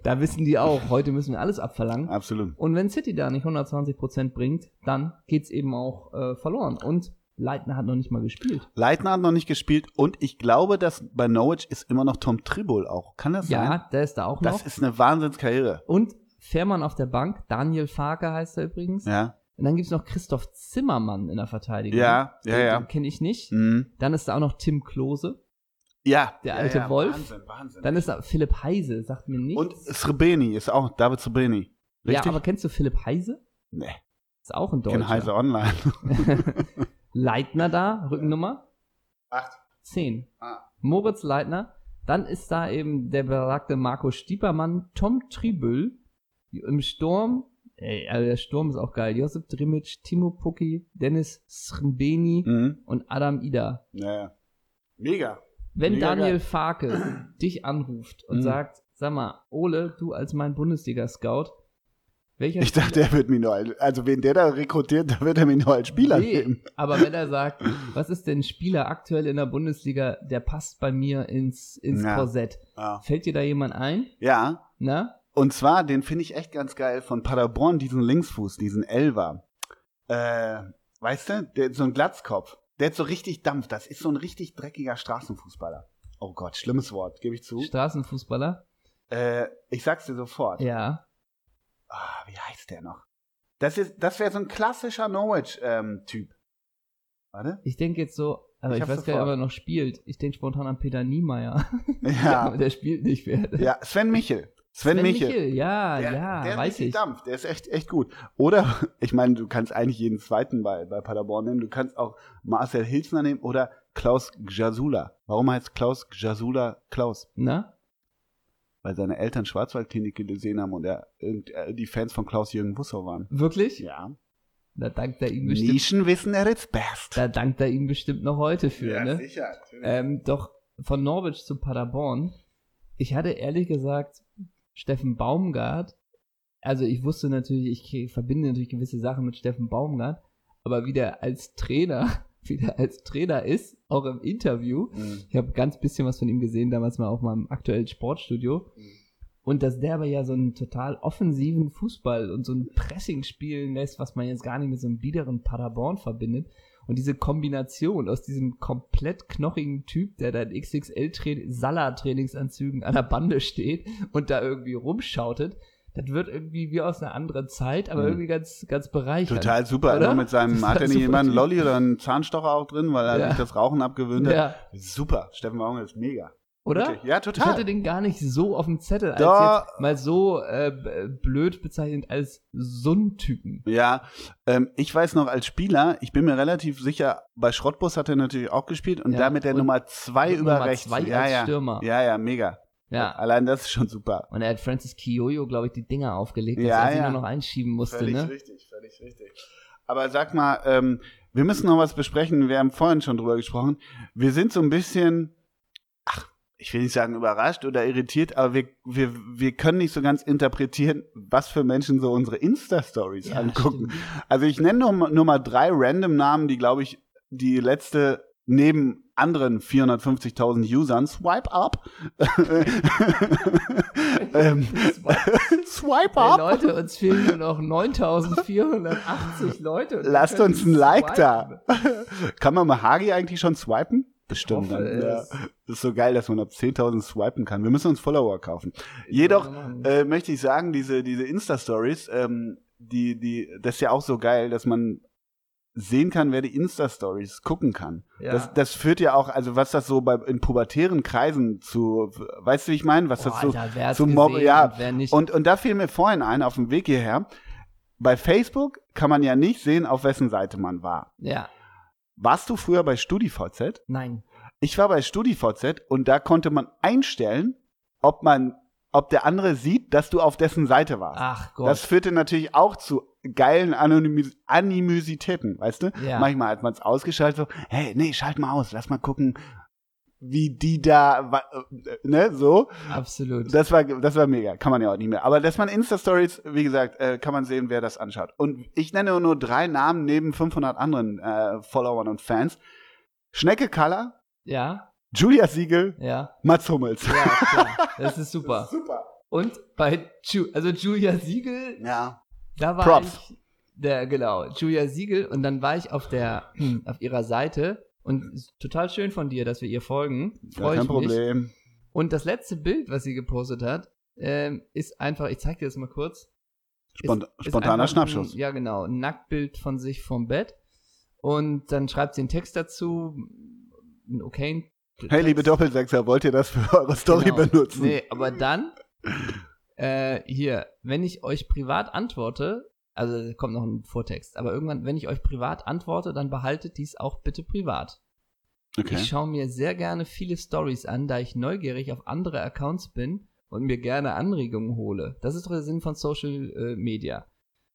A: da wissen die auch, heute müssen wir alles abverlangen.
B: Absolut.
A: Und wenn City da nicht 120% bringt, dann geht's eben auch äh, verloren. Und Leitner hat noch nicht mal gespielt.
B: Leitner hat noch nicht gespielt und ich glaube, dass bei Norwich ist immer noch Tom Tribble auch. Kann das sein?
A: Ja, der ist da auch noch.
B: Das ist eine Wahnsinnskarriere.
A: Und Fährmann auf der Bank, Daniel Farke heißt er übrigens.
B: Ja,
A: Und dann gibt's noch Christoph Zimmermann in der Verteidigung.
B: ja, ja,
A: Den,
B: ja.
A: Den kenne ich nicht.
B: Mhm.
A: Dann ist da auch noch Tim Klose.
B: Ja,
A: Der
B: ja,
A: alte
B: ja.
A: Wolf.
B: Wahnsinn, Wahnsinn.
A: Dann ist da Philipp Heise, sagt mir nichts.
B: und Srebeni ist auch, David Srebeni.
A: ja,
B: Richtig?
A: aber kennst du Philipp Heise?
B: nee,
A: Ist auch ein
B: den Heise
A: Deutscher.
B: online.
A: Leitner da, Rückennummer
B: Acht.
A: 10.
B: Ah.
A: Moritz Leitner. Dann ist da eben der besagte Marco Stiepermann, Tom Tribül im Sturm. Ey, also der Sturm ist auch geil. Josip Drimic, Timo Pucki, Dennis Srembeni
B: Mhm.
A: und Adam Ida.
B: Ja, ja. Mega.
A: Wenn
B: Mega
A: Daniel
B: geil.
A: Farke dich anruft und
B: Mhm.
A: sagt, sag mal, Ole, du als mein Bundesliga-Scout, welcher
B: Ich dachte, er wird mir nur als, also wen der da rekrutiert, da wird er mir nur als Spieler nehmen.
A: aber wenn er sagt, was ist denn ein Spieler aktuell in der Bundesliga, der passt bei mir ins, ins
B: Ja.
A: Korsett?
B: Ja.
A: Fällt dir da jemand ein?
B: ja,
A: Na?
B: und zwar, den finde ich echt ganz geil, von Paderborn, diesen Linksfuß, diesen Elver. Äh, weißt du, der hat so ein Glatzkopf. Der hat so richtig Dampf. Das ist so ein richtig dreckiger Straßenfußballer. Oh Gott, schlimmes Wort, gebe ich zu.
A: Straßenfußballer?
B: Äh, ich sag's dir sofort.
A: Ja.
B: Ah, wie heißt der noch? Das, ist- das wäre so ein klassischer Norwich-Typ. Warte.
A: Ich denke jetzt so, aber
B: Ich
A: ich,
B: hab's
A: weiß gar nicht,
B: sofort.
A: ob er noch spielt. Ich denke spontan an Peter Niemeyer.
B: Ja,
A: aber der spielt nicht mehr.
B: ja Sven Michel. Sven, Michel.
A: Ja,
B: Der-
A: Ah ja,
B: der hat
A: weiß
B: richtig
A: ich.
B: Dampf, der ist echt, echt gut. Oder, ich meine, du kannst eigentlich jeden zweiten bei, bei Paderborn nehmen. Du kannst auch Marcel Hilsner nehmen oder Klaus Gjasula. Warum heißt Klaus Gjasula Klaus?
A: Na?
B: Weil seine Eltern Schwarzwaldklinik gesehen haben und er, irgend- äh, die Fans von Klaus-Jürgen Bussow waren.
A: Wirklich?
B: Ja.
A: Da dankt er ihm bestimmt
B: Nischenwissen, er ist best.
A: Da dankt er ihm bestimmt noch heute für, ne?
B: sicher.
A: Ähm, doch von Norwich zu Paderborn. Ich hatte ehrlich gesagt Steffen Baumgart. Also ich wusste natürlich, ich verbinde natürlich gewisse Sachen mit Steffen Baumgart, aber wie der als Trainer, wie der als Trainer ist, auch im Interview.
B: Mhm.
A: Ich habe ganz bisschen was von ihm gesehen, damals mal auch mal im aktuellen Sportstudio. Und dass der aber ja so einen total offensiven Fußball und so ein Pressing spielen lässt, was man jetzt gar nicht mit so einem biederen Paderborn verbindet. Und diese Kombination aus diesem komplett knochigen Typ, der da in XXL-Salah-Trainingsanzügen an der Bande steht und da irgendwie rumschautet, das wird irgendwie wie aus einer anderen Zeit, aber
B: Mhm.
A: irgendwie ganz, ganz bereichernd.
B: Total super.
A: Oder?
B: Nur mit seinem,
A: Total
B: hat er nicht
A: super
B: immer einen
A: Typ.
B: Lolli oder einen Zahnstocher auch drin, weil er
A: Ja.
B: sich das Rauchen abgewöhnt hat?
A: Ja,
B: Super. Steffen Baumgart ist mega.
A: oder?
B: Wirklich. Ja,
A: Ich hatte
B: total.
A: den gar nicht so auf dem Zettel, als
B: Da-
A: jetzt mal so äh, b- blöd bezeichnet als so ein Typen.
B: Ja, ähm, ich weiß noch als Spieler, ich bin mir relativ sicher, bei Schrottbus hat er natürlich auch gespielt und
A: Ja,
B: damit der
A: und
B: Nummer zwei
A: Und
B: über
A: Nummer
B: rechts.
A: Zwei
B: ja,
A: als
B: ja.
A: Stürmer.
B: ja, ja, mega.
A: Ja.
B: Allein das ist schon super.
A: Und er hat Francis Kiyoyo, glaube ich, die Dinger aufgelegt, dass
B: Ja,
A: er sie
B: ja.
A: nur noch einschieben musste,
B: Völlig
A: ne?
B: richtig, völlig richtig. Aber sag mal, ähm, wir müssen noch was besprechen. Wir haben vorhin schon drüber gesprochen. Wir sind so ein bisschen, ach, ich will nicht sagen überrascht oder irritiert, aber wir, wir, wir können nicht so ganz interpretieren, was für Menschen so unsere Insta-Stories
A: Ja,
B: angucken.
A: stimmt.
B: Also ich nenne nur, nur mal drei random Namen, die, glaube ich, die letzte neben anderen 450.000 Usern, swipe up, ähm,
A: Das war-
B: swipe
A: Hey
B: up.
A: Leute, uns fehlen nur noch 9480 Leute. und
B: Lasst
A: wir können
B: uns ein Like
A: swipen.
B: da. Kann man Mahagi eigentlich schon swipen? Bestimmt.
A: hoffe
B: dann, ja.
A: es.
B: Das ist so geil, dass man ab 10.000 swipen kann. Wir müssen uns Follower kaufen.
A: Ich
B: Jedoch
A: kann machen.
B: äh, möchte ich sagen, diese, diese Insta-Stories, ähm, die, die, das ist ja auch so geil, dass man sehen kann, wer die Insta-Stories gucken kann.
A: Ja.
B: Das, das führt ja auch, also was das so bei, in pubertären Kreisen zu, weißt du, wie ich meine? Was
A: Boah,
B: das so,
A: Alter, wer hat's
B: so Mob-
A: gesehen
B: ja.
A: und wer nicht.
B: und, und da fiel mir vorhin ein, auf dem Weg hierher, bei Facebook kann man ja nicht sehen, auf wessen Seite man war.
A: ja,
B: Warst du früher bei StudiVZ?
A: nein.
B: Ich war bei StudiVZ und da konnte man einstellen, ob man, ob der andere sieht, dass du auf dessen Seite warst.
A: Ach Gott.
B: das führte natürlich auch zu geilen Anonymis Animositäten, weißt du?
A: Ja.
B: Manchmal hat man es ausgeschaltet, so, hey, nee, schalt mal aus, lass mal gucken, wie die da, wa- äh, ne, so.
A: Absolut.
B: Das war, das war mega, kann man ja auch nicht mehr. Aber dass man Insta-Stories, wie gesagt, äh, kann man sehen, wer das anschaut. Und ich nenne nur drei Namen neben 500 anderen äh, Followern und Fans. Schnecke Kaller,
A: ja,
B: Julia Siegel,
A: ja.
B: Mats Hummels.
A: Ja, klar. Das ist super.
B: Super.
A: Und bei Ju also Julia Siegel,
B: Ja.
A: da war
B: Props.
A: ich. Der, genau, Julia Siegel. Und dann war ich auf der hm, auf ihrer Seite. Und ist total schön von dir, dass wir ihr folgen.
B: Ja,
A: Freue
B: kein
A: ich mich.
B: Problem.
A: Und das letzte Bild, was sie gepostet hat, ähm, ist einfach, ich zeig dir das mal kurz.
B: Spont
A: Ist
B: spontaner
A: einfach
B: Schnappschuss.
A: Ein, ja, genau. Ein Nacktbild von sich vom Bett. Und dann schreibt sie einen Text dazu. Einen okayen
B: Hey, liebe
A: Text.
B: Doppelsechser, wollt ihr das für eure Story
A: Genau.
B: benutzen?
A: Nee, aber dann, äh, hier, wenn ich euch privat antworte, also da kommt noch ein Vortext, aber irgendwann, wenn ich euch privat antworte, dann behaltet dies auch bitte privat. Ich
B: Okay.
A: schaue mir sehr gerne viele Stories an, da ich neugierig auf andere Accounts bin und mir gerne Anregungen hole. Das ist doch der Sinn von Social äh, Media.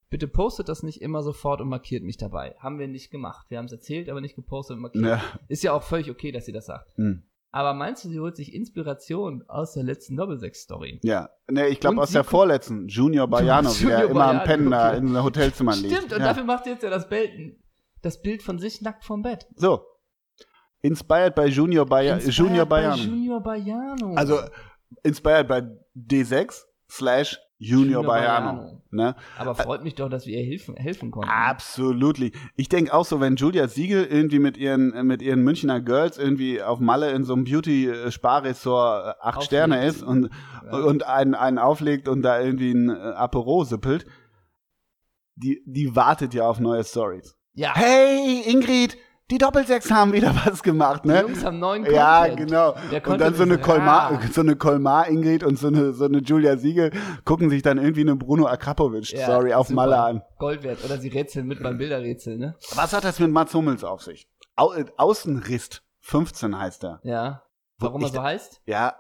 A: Bitte postet das nicht immer sofort und markiert mich dabei. Haben wir nicht gemacht. Wir haben es erzählt, aber nicht gepostet und markiert.
B: Ja.
A: Ist ja auch völlig okay, dass sie das sagt.
B: Ne, Hm.
A: Aber meinst du, sie holt sich Inspiration aus der letzten Doppelsechs-Story?
B: Ja, nee, ich glaube
A: Und
B: aus
A: sie
B: der
A: guckt-
B: vorletzten, Junior Bajanow,
A: Junior
B: der immer am
A: Bajanow,
B: Pennen da
A: okay.
B: in den Hotelzimmern liegt.
A: Stimmt, und
B: ja.
A: dafür macht sie jetzt ja das Bild, das Bild von sich nackt vom Bett.
B: So. Inspired by Junior Bayer,
A: Inspired
B: Ah Junior
A: by
B: Bayern.
A: Junior Bayano.
B: also inspired by D6 slash Junior,
A: Junior
B: Bayano.
A: Baiano.
B: Ne?
A: Aber freut mich doch, dass wir ihr helfen, helfen konnten.
B: Ah, Absolutely. Ich denke auch so, wenn Julia Siegel irgendwie mit ihren, äh, mit ihren Münchner Girls irgendwie auf Malle in so einem Beauty-Sparresort äh, acht
A: Auflegt.
B: Sterne ist und, und einen, einen auflegt und da irgendwie ein äh, Apero sippelt, die, die wartet ja auf neue Stories.
A: Ja,
B: Hey, Ingrid, die Doppelsechs haben wieder was gemacht,
A: die
B: ne?
A: Jungs haben neuen Content.
B: Ja, genau.
A: Der
B: Und dann
A: Content
B: so eine
A: ist
B: Kolmar,
A: rar.
B: so eine Kolmar Ingrid und so eine so eine Julia Siegel gucken sich dann irgendwie eine Bruno Akrapovic
A: Ja,
B: Story auf
A: super.
B: Malle an.
A: Gold wert. Oder sie rätseln mit beim Bilderrätsel, ne?
B: Was hat das mit Mats Hummels auf sich? Au äh, Außenrist 15 heißt er.
A: Ja.
B: Wo
A: Warum
B: ich
A: er so heißt?
B: Ja,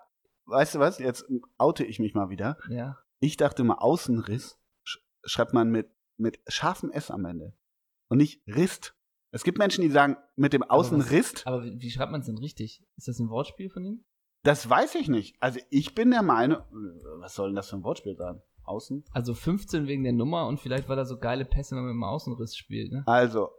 B: weißt du was? Jetzt oute ich mich mal wieder.
A: Ja.
B: Ich dachte mal Außenriss sch schreibt man mit mit scharfem S am Ende und nicht Rist. Es gibt Menschen, die sagen mit dem
A: was-
B: Außenrist
A: Aber wie, wie schreibt man es denn richtig? Ist das ein Wortspiel von ihm?
B: Das weiß ich nicht. Also ich bin der Meinung, was soll denn das für ein Wortspiel sein? Außen?
A: Also 15 wegen der Nummer und vielleicht weil er so geile Pässe immer mit dem Außenriss spielt. Ne?
B: Also,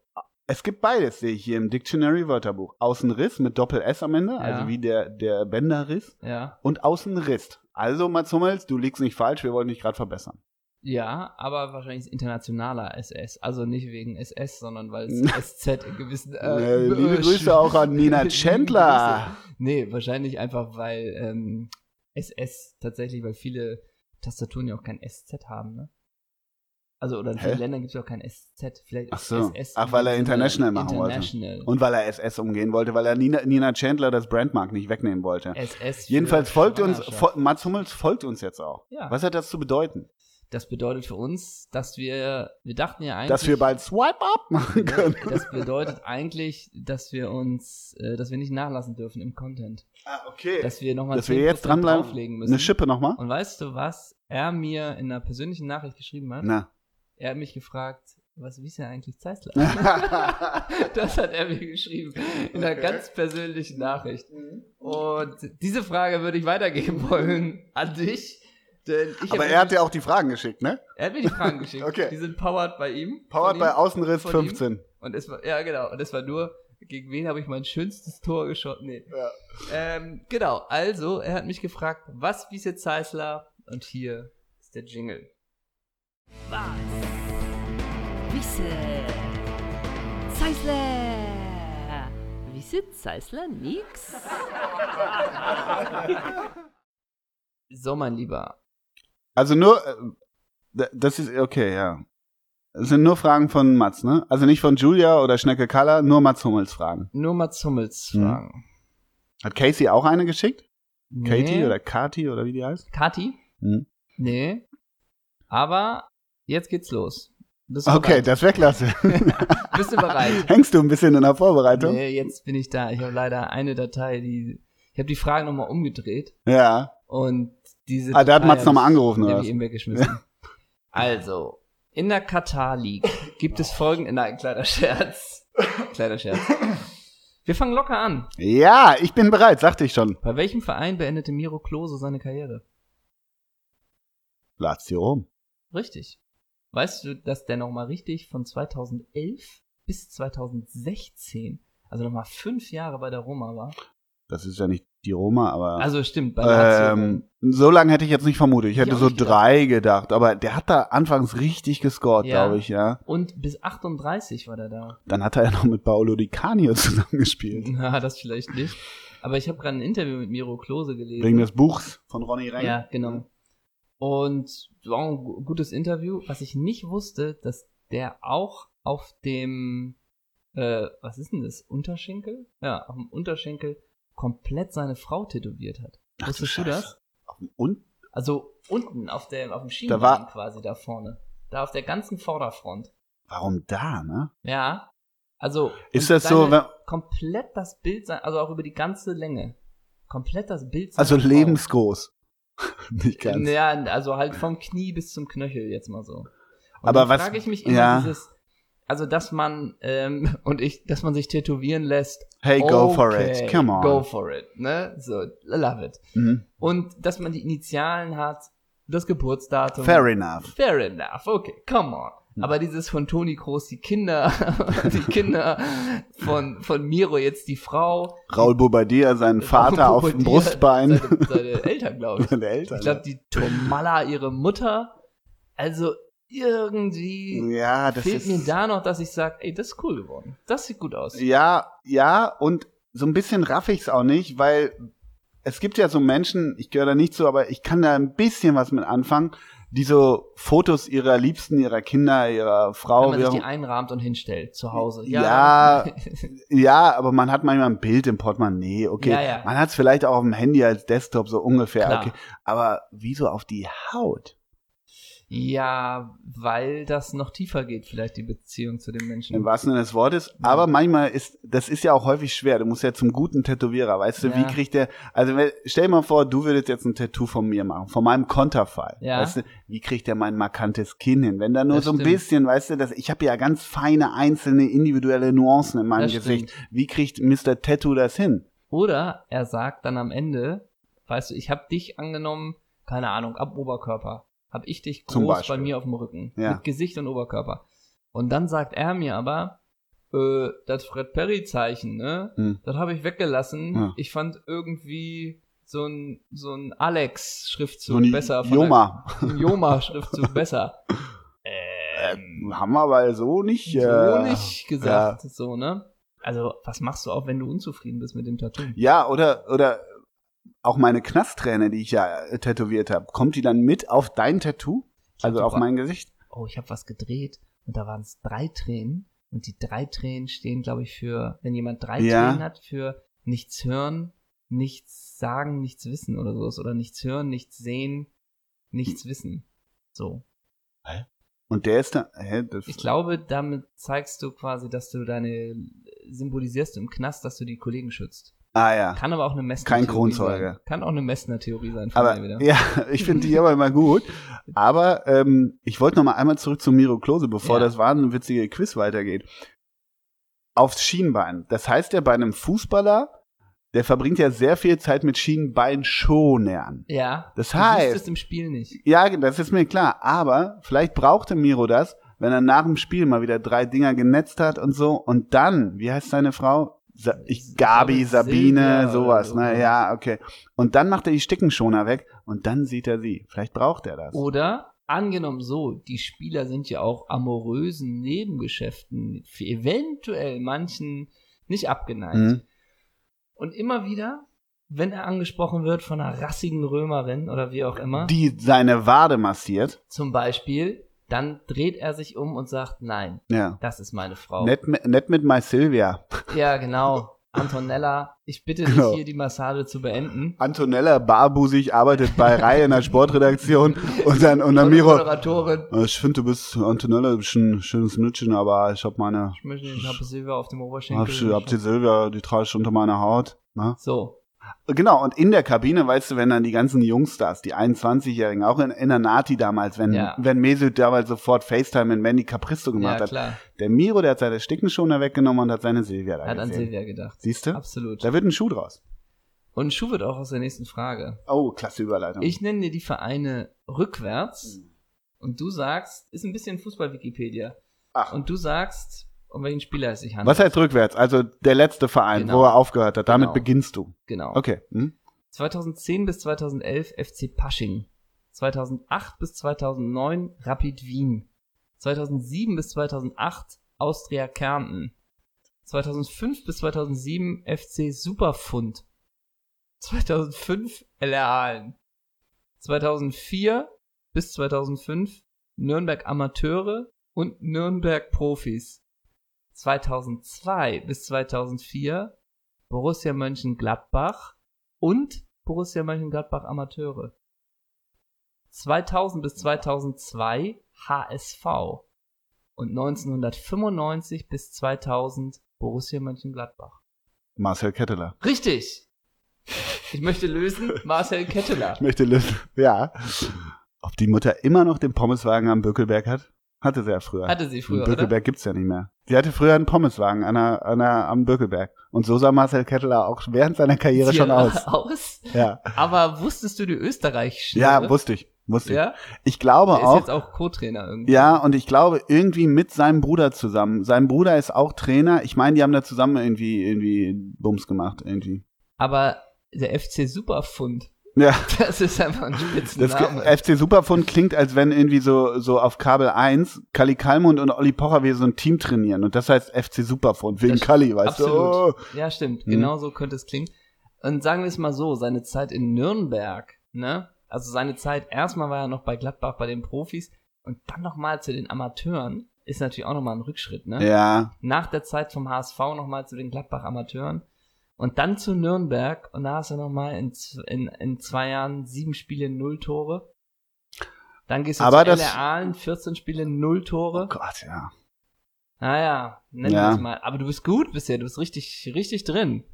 B: es gibt beides, sehe ich hier im Dictionary-Wörterbuch. Außenriss mit Doppel-S am Ende, also wie der, der Bänderriss.
A: Ja.
B: Und Außenriss. Also, Mats Hummels, du liegst nicht falsch, wir wollen dich gerade verbessern.
A: Ja, aber wahrscheinlich ist internationaler SS. Also nicht wegen SS, sondern weil es SZ in gewissen.
B: Äh, liebe Grüße auch an Nina
A: Liebe
B: Chandler.
A: Grüße. Nee, wahrscheinlich einfach, weil ähm, SS tatsächlich, weil viele Tastaturen ja auch kein SZ haben, ne? Also, oder in vielen
B: Hä?
A: Ländern gibt es ja auch kein SZ. Vielleicht
B: Ach
A: ist
B: so.
A: SS
B: Ach, weil er international machen wollte.
A: international.
B: Und weil er SS umgehen wollte, weil er Nina, Nina Chandler das Brandmark nicht wegnehmen wollte.
A: SS. für
B: Jedenfalls folgt uns,
A: Schwangerschaft.
B: fol Mats Hummels folgt uns jetzt auch.
A: Ja.
B: Was hat das zu bedeuten?
A: Das bedeutet für uns, dass wir, wir dachten ja eigentlich.
B: Dass wir bald Swipe Up machen können.
A: Ne? das bedeutet eigentlich, dass wir uns, äh, dass wir nicht nachlassen dürfen im Content.
B: Ah, okay. Dass,
A: Dass wir nochmal
B: wir jetzt
A: drauflegen
B: dranbleiben.
A: müssen.
B: Eine Schippe nochmal?
A: Und weißt du, was er mir in einer persönlichen Nachricht geschrieben hat?
B: Na.
A: Er hat mich gefragt, was wie ist denn eigentlich Zeissler? das hat er mir geschrieben. In einer
B: Okay.
A: ganz persönlichen Nachricht. Und diese Frage würde ich weitergeben wollen an dich. Denn ich
B: Aber
A: hab-
B: er hat ja auch die Fragen geschickt, ne?
A: er hat mir die Fragen geschickt.
B: Okay.
A: Die sind powered bei ihm.
B: Powered
A: von
B: bei
A: ihm.
B: Außenriss
A: Von ihm?
B: 15.
A: Und es war, ja genau, und es war nur, gegen wen habe ich mein schönstes Tor geschossen? Nee.
B: Ja.
A: Ähm, genau, also er hat mich gefragt, was wies jetzt Zeissler? Und hier ist der Jingle.
C: Was? Wisse. Zeisler. Wisse Zeisler nix?
A: So, mein Lieber.
B: Also nur, äh, d- das ist, okay, ja. Es sind nur Fragen von Mats, ne? Also nicht von Julia oder Schnecke Kaller, nur Mats Hummels Fragen.
A: Nur Mats Hummels
B: Mhm.
A: fragen.
B: Hat Casey auch eine geschickt? Hm. Katie
A: Nee.
B: oder Kati oder wie die heißt?
A: Kati?
B: Mhm.
A: Nee. Aber jetzt geht's los. Bist du
B: Okay,
A: bereit?
B: das wäre klasse.
A: Bist du bereit?
B: Hängst du ein bisschen in der Vorbereitung?
A: nee, jetzt bin ich da. Ich habe leider eine Datei, die. Ich habe die Fragen nochmal umgedreht.
B: Ja.
A: Und diese.
B: Ah, da hat
A: Datei
B: Mats
A: hab
B: nochmal
A: ich-
B: angerufen,
A: Die
B: oder
A: hab
B: was?
A: ich eben weggeschmissen. Also, in der Katar League gibt es folgende. Nein, kleiner Scherz. Kleiner Scherz. Wir fangen locker an.
B: Ja, ich bin bereit, sagte ich schon.
A: Bei welchem Verein beendete Miro Klose seine Karriere?
B: Lazio Rom.
A: Richtig. Weißt du, dass der nochmal richtig von 2011 bis 2016, also nochmal fünf Jahre bei der Roma war?
B: Das ist ja nicht die Roma, aber.
A: Also stimmt, bei Lazio.
B: ähm, so lange hätte ich jetzt nicht vermutet. Ich
A: Ich
B: hätte
A: auch
B: so
A: nicht gedacht.
B: drei gedacht, aber der hat da anfangs richtig gescored,
A: Ja.
B: glaube ich, ja.
A: Und bis 38 war der da.
B: Dann hat er ja noch mit Paolo Di Canio zusammengespielt.
A: Na, das vielleicht nicht. Aber ich habe gerade ein Interview mit Miro Klose gelesen.
B: Wegen des Buchs von Ronny Reng.
A: Ja, genau. Und war ein gu- gutes Interview. Was ich nicht wusste, dass der auch auf dem, äh, was ist denn das? Unterschenkel? Ja, auf dem Unterschenkel komplett seine Frau tätowiert hat.
B: Ach
A: Wusstest du
B: Scheiße.
A: das?
B: Und?
A: Also unten auf dem, auf dem
B: Da war-
A: Schienbein quasi da vorne. Da auf der ganzen Vorderfront.
B: Warum da, ne?
A: Ja. Also.
B: Ist
A: und
B: das so,
A: seine-
B: wenn,
A: Komplett das Bild, sein- also auch über die ganze Länge. Komplett das Bild seiner
B: also
A: Frau.
B: lebensgroß? nicht ganz.
A: Ja, also halt vom Knie bis zum Knöchel jetzt mal so. Und
B: Aber
A: dann
B: was-
A: frage ich mich immer
B: ja.
A: dieses, also dass man ähm, und ich, dass man sich tätowieren lässt.
B: Hey, go for
A: okay,
B: it. Come on.
A: Go for it, ne? So, love it.
B: Mhm.
A: Und dass man die Initialen hat, das Geburtsdatum.
B: Fair enough. Hm.
A: Fair enough, okay, come on. Aber dieses von Toni Groß, die Kinder, die Kinder von, von Miro jetzt die Frau.
B: Raul Bobadilla, seinen Vater auf dem
A: Krokodil,
B: Brustbein.
A: Seine, seine Eltern, glaube ich.
B: Seine Eltern.
A: Ich glaube, die Tomalla, ihre Mutter. Also irgendwie
B: ja, das
A: fehlt
B: ist.
A: mir da noch, dass ich sage, ey, das ist cool geworden. Das sieht gut aus.
B: Ja, ja, und so ein bisschen raff ich's auch nicht, weil es gibt ja so Menschen, ich gehöre da nicht zu, aber ich kann da ein bisschen was mit anfangen, die so Fotos ihrer Liebsten, ihrer Kinder, ihrer
A: Wenn
B: Frau.
A: man
B: wie
A: sich
B: auch-
A: die einrahmt und hinstellt zu Hause.
B: Ja, ja, aber man hat manchmal ein Bild im Portemonnaie, okay.
A: Ja, ja.
B: Man hat's vielleicht auch auf dem Handy als Desktop, so ungefähr,
A: Klar.
B: okay. Aber wieso auf die Haut?
A: ja, weil das noch tiefer geht, vielleicht die Beziehung zu den Menschen.
B: Im wahrsten Sinne des Wortes. Aber manchmal ist, das ist ja auch häufig schwer. Du musst ja zum guten Tätowierer, weißt du,
A: Ja.
B: wie kriegt der, also wenn- stell dir mal vor, du würdest jetzt ein Tattoo von mir machen, von meinem Konterfei.
A: Ja.
B: Weißt du, wie kriegt der mein markantes Kinn hin? Wenn da nur
A: Das
B: so ein
A: stimmt.
B: bisschen, weißt du, das, ich habe ja ganz feine einzelne individuelle Nuancen in meinem
A: Das
B: Gesicht. Wie kriegt Mr. Tattoo das hin?
A: Oder er sagt dann am Ende, Weißt du, ich habe dich angenommen, keine Ahnung, ab Oberkörper. Habe ich dich
B: Zum
A: groß
B: Beispiel.
A: bei mir auf dem Rücken.
B: Ja.
A: Mit Gesicht und Oberkörper. Und dann sagt er mir aber, äh, das Fred Perry-Zeichen, ne?
B: Hm.
A: Das habe ich weggelassen.
B: Ja.
A: Ich fand irgendwie so ein, so ein Alex-Schriftzug
B: So ein
A: besser. von
B: Joma.
A: der- Ein Joma-Schriftzug besser.
B: Ähm, haben wir aber so nicht.
A: So
B: äh,
A: nicht gesagt, so, ne? Also, was machst du auch, wenn du unzufrieden bist mit dem Tattoo?
B: Ja, oder, oder auch meine Knastträne, die ich ja äh, tätowiert habe, kommt die dann mit auf dein Tattoo? Also
A: hab
B: auf
A: die-
B: mein Gesicht?
A: oh, ich habe was gedreht und da waren es drei Tränen und die drei Tränen stehen, glaube ich, für, wenn jemand drei
B: Ja.
A: Tränen hat, für nichts hören, nichts sagen, nichts wissen oder sowas oder nichts hören, nichts sehen, nichts wissen. So.
B: Und der ist da. Hä, das,
A: Ich glaube, damit zeigst du quasi, dass du deine symbolisierst im Knast, dass du die Kollegen schützt.
B: ah ja.
A: Kann aber auch eine Messner
B: Kein Kronzeuge.
A: sein. Kann auch eine Messner Theorie sein von mir
B: Aber
A: wieder.
B: ja, ich finde die aber immer gut. Aber ähm, ich wollte noch mal einmal zurück zu Miro Klose, bevor
A: Ja.
B: das wahnwitzige Quiz weitergeht. Aufs Schienbein. Das heißt ja bei einem Fußballer, der verbringt ja sehr viel Zeit mit Schienbeinschonern.
A: Ja.
B: Das
A: Du
B: heißt-
A: siehst es im Spiel nicht.
B: Ja, das ist mir klar. Aber vielleicht brauchte Miro das, wenn er nach dem Spiel mal wieder drei Dinger genetzt hat und so. Und dann, wie heißt seine Frau? Sa ich, Gabi,
A: Ich glaube, Silvia
B: Sabine, sowas.
A: oder so,
B: Ne? Ja, okay. Und dann macht er die Stickenschoner weg und dann sieht er sie. Vielleicht braucht er das.
A: Oder angenommen so, die Spieler sind ja auch amorösen Nebengeschäften, für eventuell manchen nicht abgeneigt.
B: Mhm.
A: Und immer wieder, wenn er angesprochen wird von einer rassigen Römerin oder wie auch immer,
B: Die seine Wade massiert.
A: zum Beispiel, dann dreht er sich um und sagt, nein,
B: Ja.
A: das ist meine Frau.
B: Nett, mi- nett mit My Silvia.
A: Ja, genau. Antonella, ich bitte dich
B: Genau.
A: hier die Massage zu beenden.
B: Antonella Barbusig arbeitet bei Rai in der Sportredaktion und dann, und dann
A: Tolle
B: Miro.
A: Moderatorin.
B: äh, Ich finde, du bist Antonella, du bist ein schönes Mädchen, aber ich habe meine
A: Ich möchte ich habe Silber auf dem
B: Hab,
A: Oberschenkel.
B: ich, hab die Silvia, die trage ich unter meiner Haut. Ne?
A: so,
B: Genau, und in der Kabine, weißt du, wenn dann die ganzen Jungstars, die 21-Jährigen, auch in, in der Nati damals, wenn,
A: Ja.
B: wenn Mesut damals sofort FaceTime mit Mandy Capristo gemacht
A: ja
B: hat,
A: klar.
B: der Miro, der hat seine Stickenschoner weggenommen und hat seine Silvia da
A: Hat an
B: gesehen.
A: Silvia gedacht.
B: Siehst du?
A: Absolut.
B: Da wird ein Schuh draus.
A: Und Schuh wird auch aus der nächsten Frage.
B: Oh, klasse Überleitung.
A: Ich nenne dir die Vereine rückwärts
B: Mhm.
A: und du sagst, ist ein bisschen Fußball-Wikipedia.
B: Ach.
A: Und du sagst, um welchen Spieler es sich handelt.
B: Was heißt rückwärts? Also der letzte Verein,
A: Genau.
B: wo er aufgehört hat. Damit
A: Genau.
B: beginnst du.
A: Genau.
B: Okay. Hm?
A: 2010 bis 2011 FC Pasching. 2008 bis 2009 Rapid Wien. 2007 bis 2008 Austria Kärnten. 2005 bis 2007 FC Superfund. 2005 LR Aalen. 2004 bis 2005 Nürnberg Amateure und Nürnberg Profis. 2002 bis 2004 Borussia Mönchengladbach und Borussia Mönchengladbach Amateure. 2000 bis 2002 HSV und 1995 bis 2000 Borussia Mönchengladbach.
B: Marcel Ketteler.
A: Richtig! Ich möchte lösen, Marcel Ketteler.
B: Ich möchte lösen. Ja. Ob die Mutter immer noch den Pommeswagen am Bökelberg hat? Hatte sie ja früher.
A: Hatte sie früher,
B: Den
A: oder?
B: Bökelberg gibt's ja nicht mehr. Sie hatte früher einen Pommeswagen an der, an der, am Bökelberg. Und so sah Marcel Ketteler auch während seiner Karriere schon aus.
A: aus.
B: Ja,
A: Aber wusstest du die österreich
B: ja wusste ich. Wusste ich.
A: Ja,
B: Ich glaube
A: der ist
B: auch.
A: jetzt auch Co-Trainer irgendwie.
B: Ja, und ich glaube irgendwie mit seinem Bruder zusammen. Sein Bruder ist auch Trainer. Ich meine, die haben da zusammen irgendwie, irgendwie Bums gemacht, irgendwie.
A: Aber der FC Superfund,
B: Ja.
A: das ist einfach ein spitzen
B: Das
A: Name.
B: FC Superfund klingt, als wenn irgendwie so, so auf Kabel 1 Kali Kalmund und Olli Pocher wie so ein Team trainieren. Und das heißt FC Superfund, wegen
A: Das-
B: Kali, weißt
A: Absolut.
B: du? Oh.
A: Ja, stimmt.
B: Mhm.
A: Genau so könnte es klingen. Und sagen wir es mal so, seine Zeit in Nürnberg, ne? Also seine Zeit, erstmal war er noch bei Gladbach bei den Profis und dann nochmal zu den Amateuren, ist natürlich auch nochmal ein Rückschritt, ne?
B: Ja,
A: Nach der Zeit vom HSV nochmal zu den Gladbach-Amateuren und dann zu Nürnberg und da hast du nochmal in, z- in, in zwei Jahren sieben Spiele, null Tore. Dann gehst du
B: Aber
A: zu
B: das-
A: LR Aalen, 14 Spiele, null Tore.
B: Oh Gott, ja.
A: Naja, nenn
B: Ja.
A: das mal. Aber du bist gut bisher, du bist richtig, richtig drin.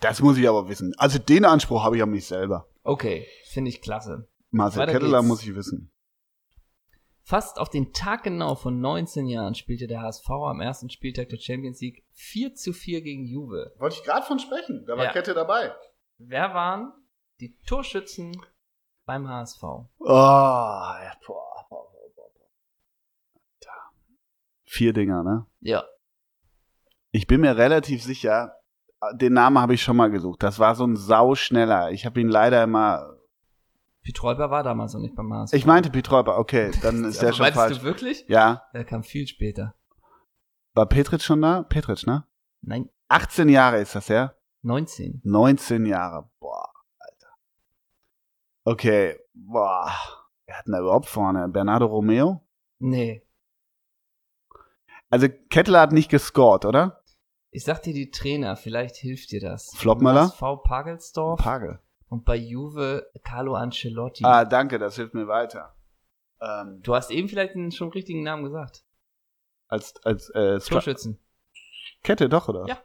B: Das muss ich aber wissen. Also den Anspruch habe ich an mich selber.
A: Okay, finde ich klasse.
B: Marcel
A: Weiter
B: Ketteler
A: geht's.
B: muss ich wissen.
A: Fast auf den Tag genau vor 19 Jahren spielte der HSV am ersten Spieltag der Champions League 4 zu 4 gegen Juve.
B: Wollte ich gerade von sprechen. Da
A: war Ja.
B: Kette dabei.
A: Wer waren Die Torschützen beim HSV.
B: Oh, ja, boah, boah, boah, boah. boah. Alter. Vier Dinger, ne?
A: Ja.
B: Ich bin mir relativ sicher, den Namen habe ich schon mal gesucht. Das war so ein sauschneller. Ich habe ihn leider immer.
A: Petrolper war damals noch nicht beim HSV.
B: Ich meinte Petrolper, okay, dann ist der
A: Also,
B: schon
A: meinst
B: falsch.
A: du wirklich?
B: Ja,
A: Er kam viel später.
B: war Petritsch schon da? Petritsch, ne?
A: Nein,
B: 18 Jahre ist das, ja?
A: 19.
B: 19 Jahre. Boah, Alter. Okay, boah. Wer hat denn da überhaupt vorne? Bernardo Romeo?
A: Nee.
B: Also Kettler hat nicht gescored, oder?
A: Ich sag dir die Trainer, vielleicht hilft dir das.
B: Floppmöller?
A: HSV Pagelsdorf
B: Pagel.
A: und bei Juve Carlo Ancelotti.
B: Ah, danke, das hilft mir weiter. Ähm,
A: Du hast eben vielleicht den schon richtigen Namen gesagt.
B: als als äh, Stra-
A: Torschützen.
B: Kette doch, oder?
A: Ja.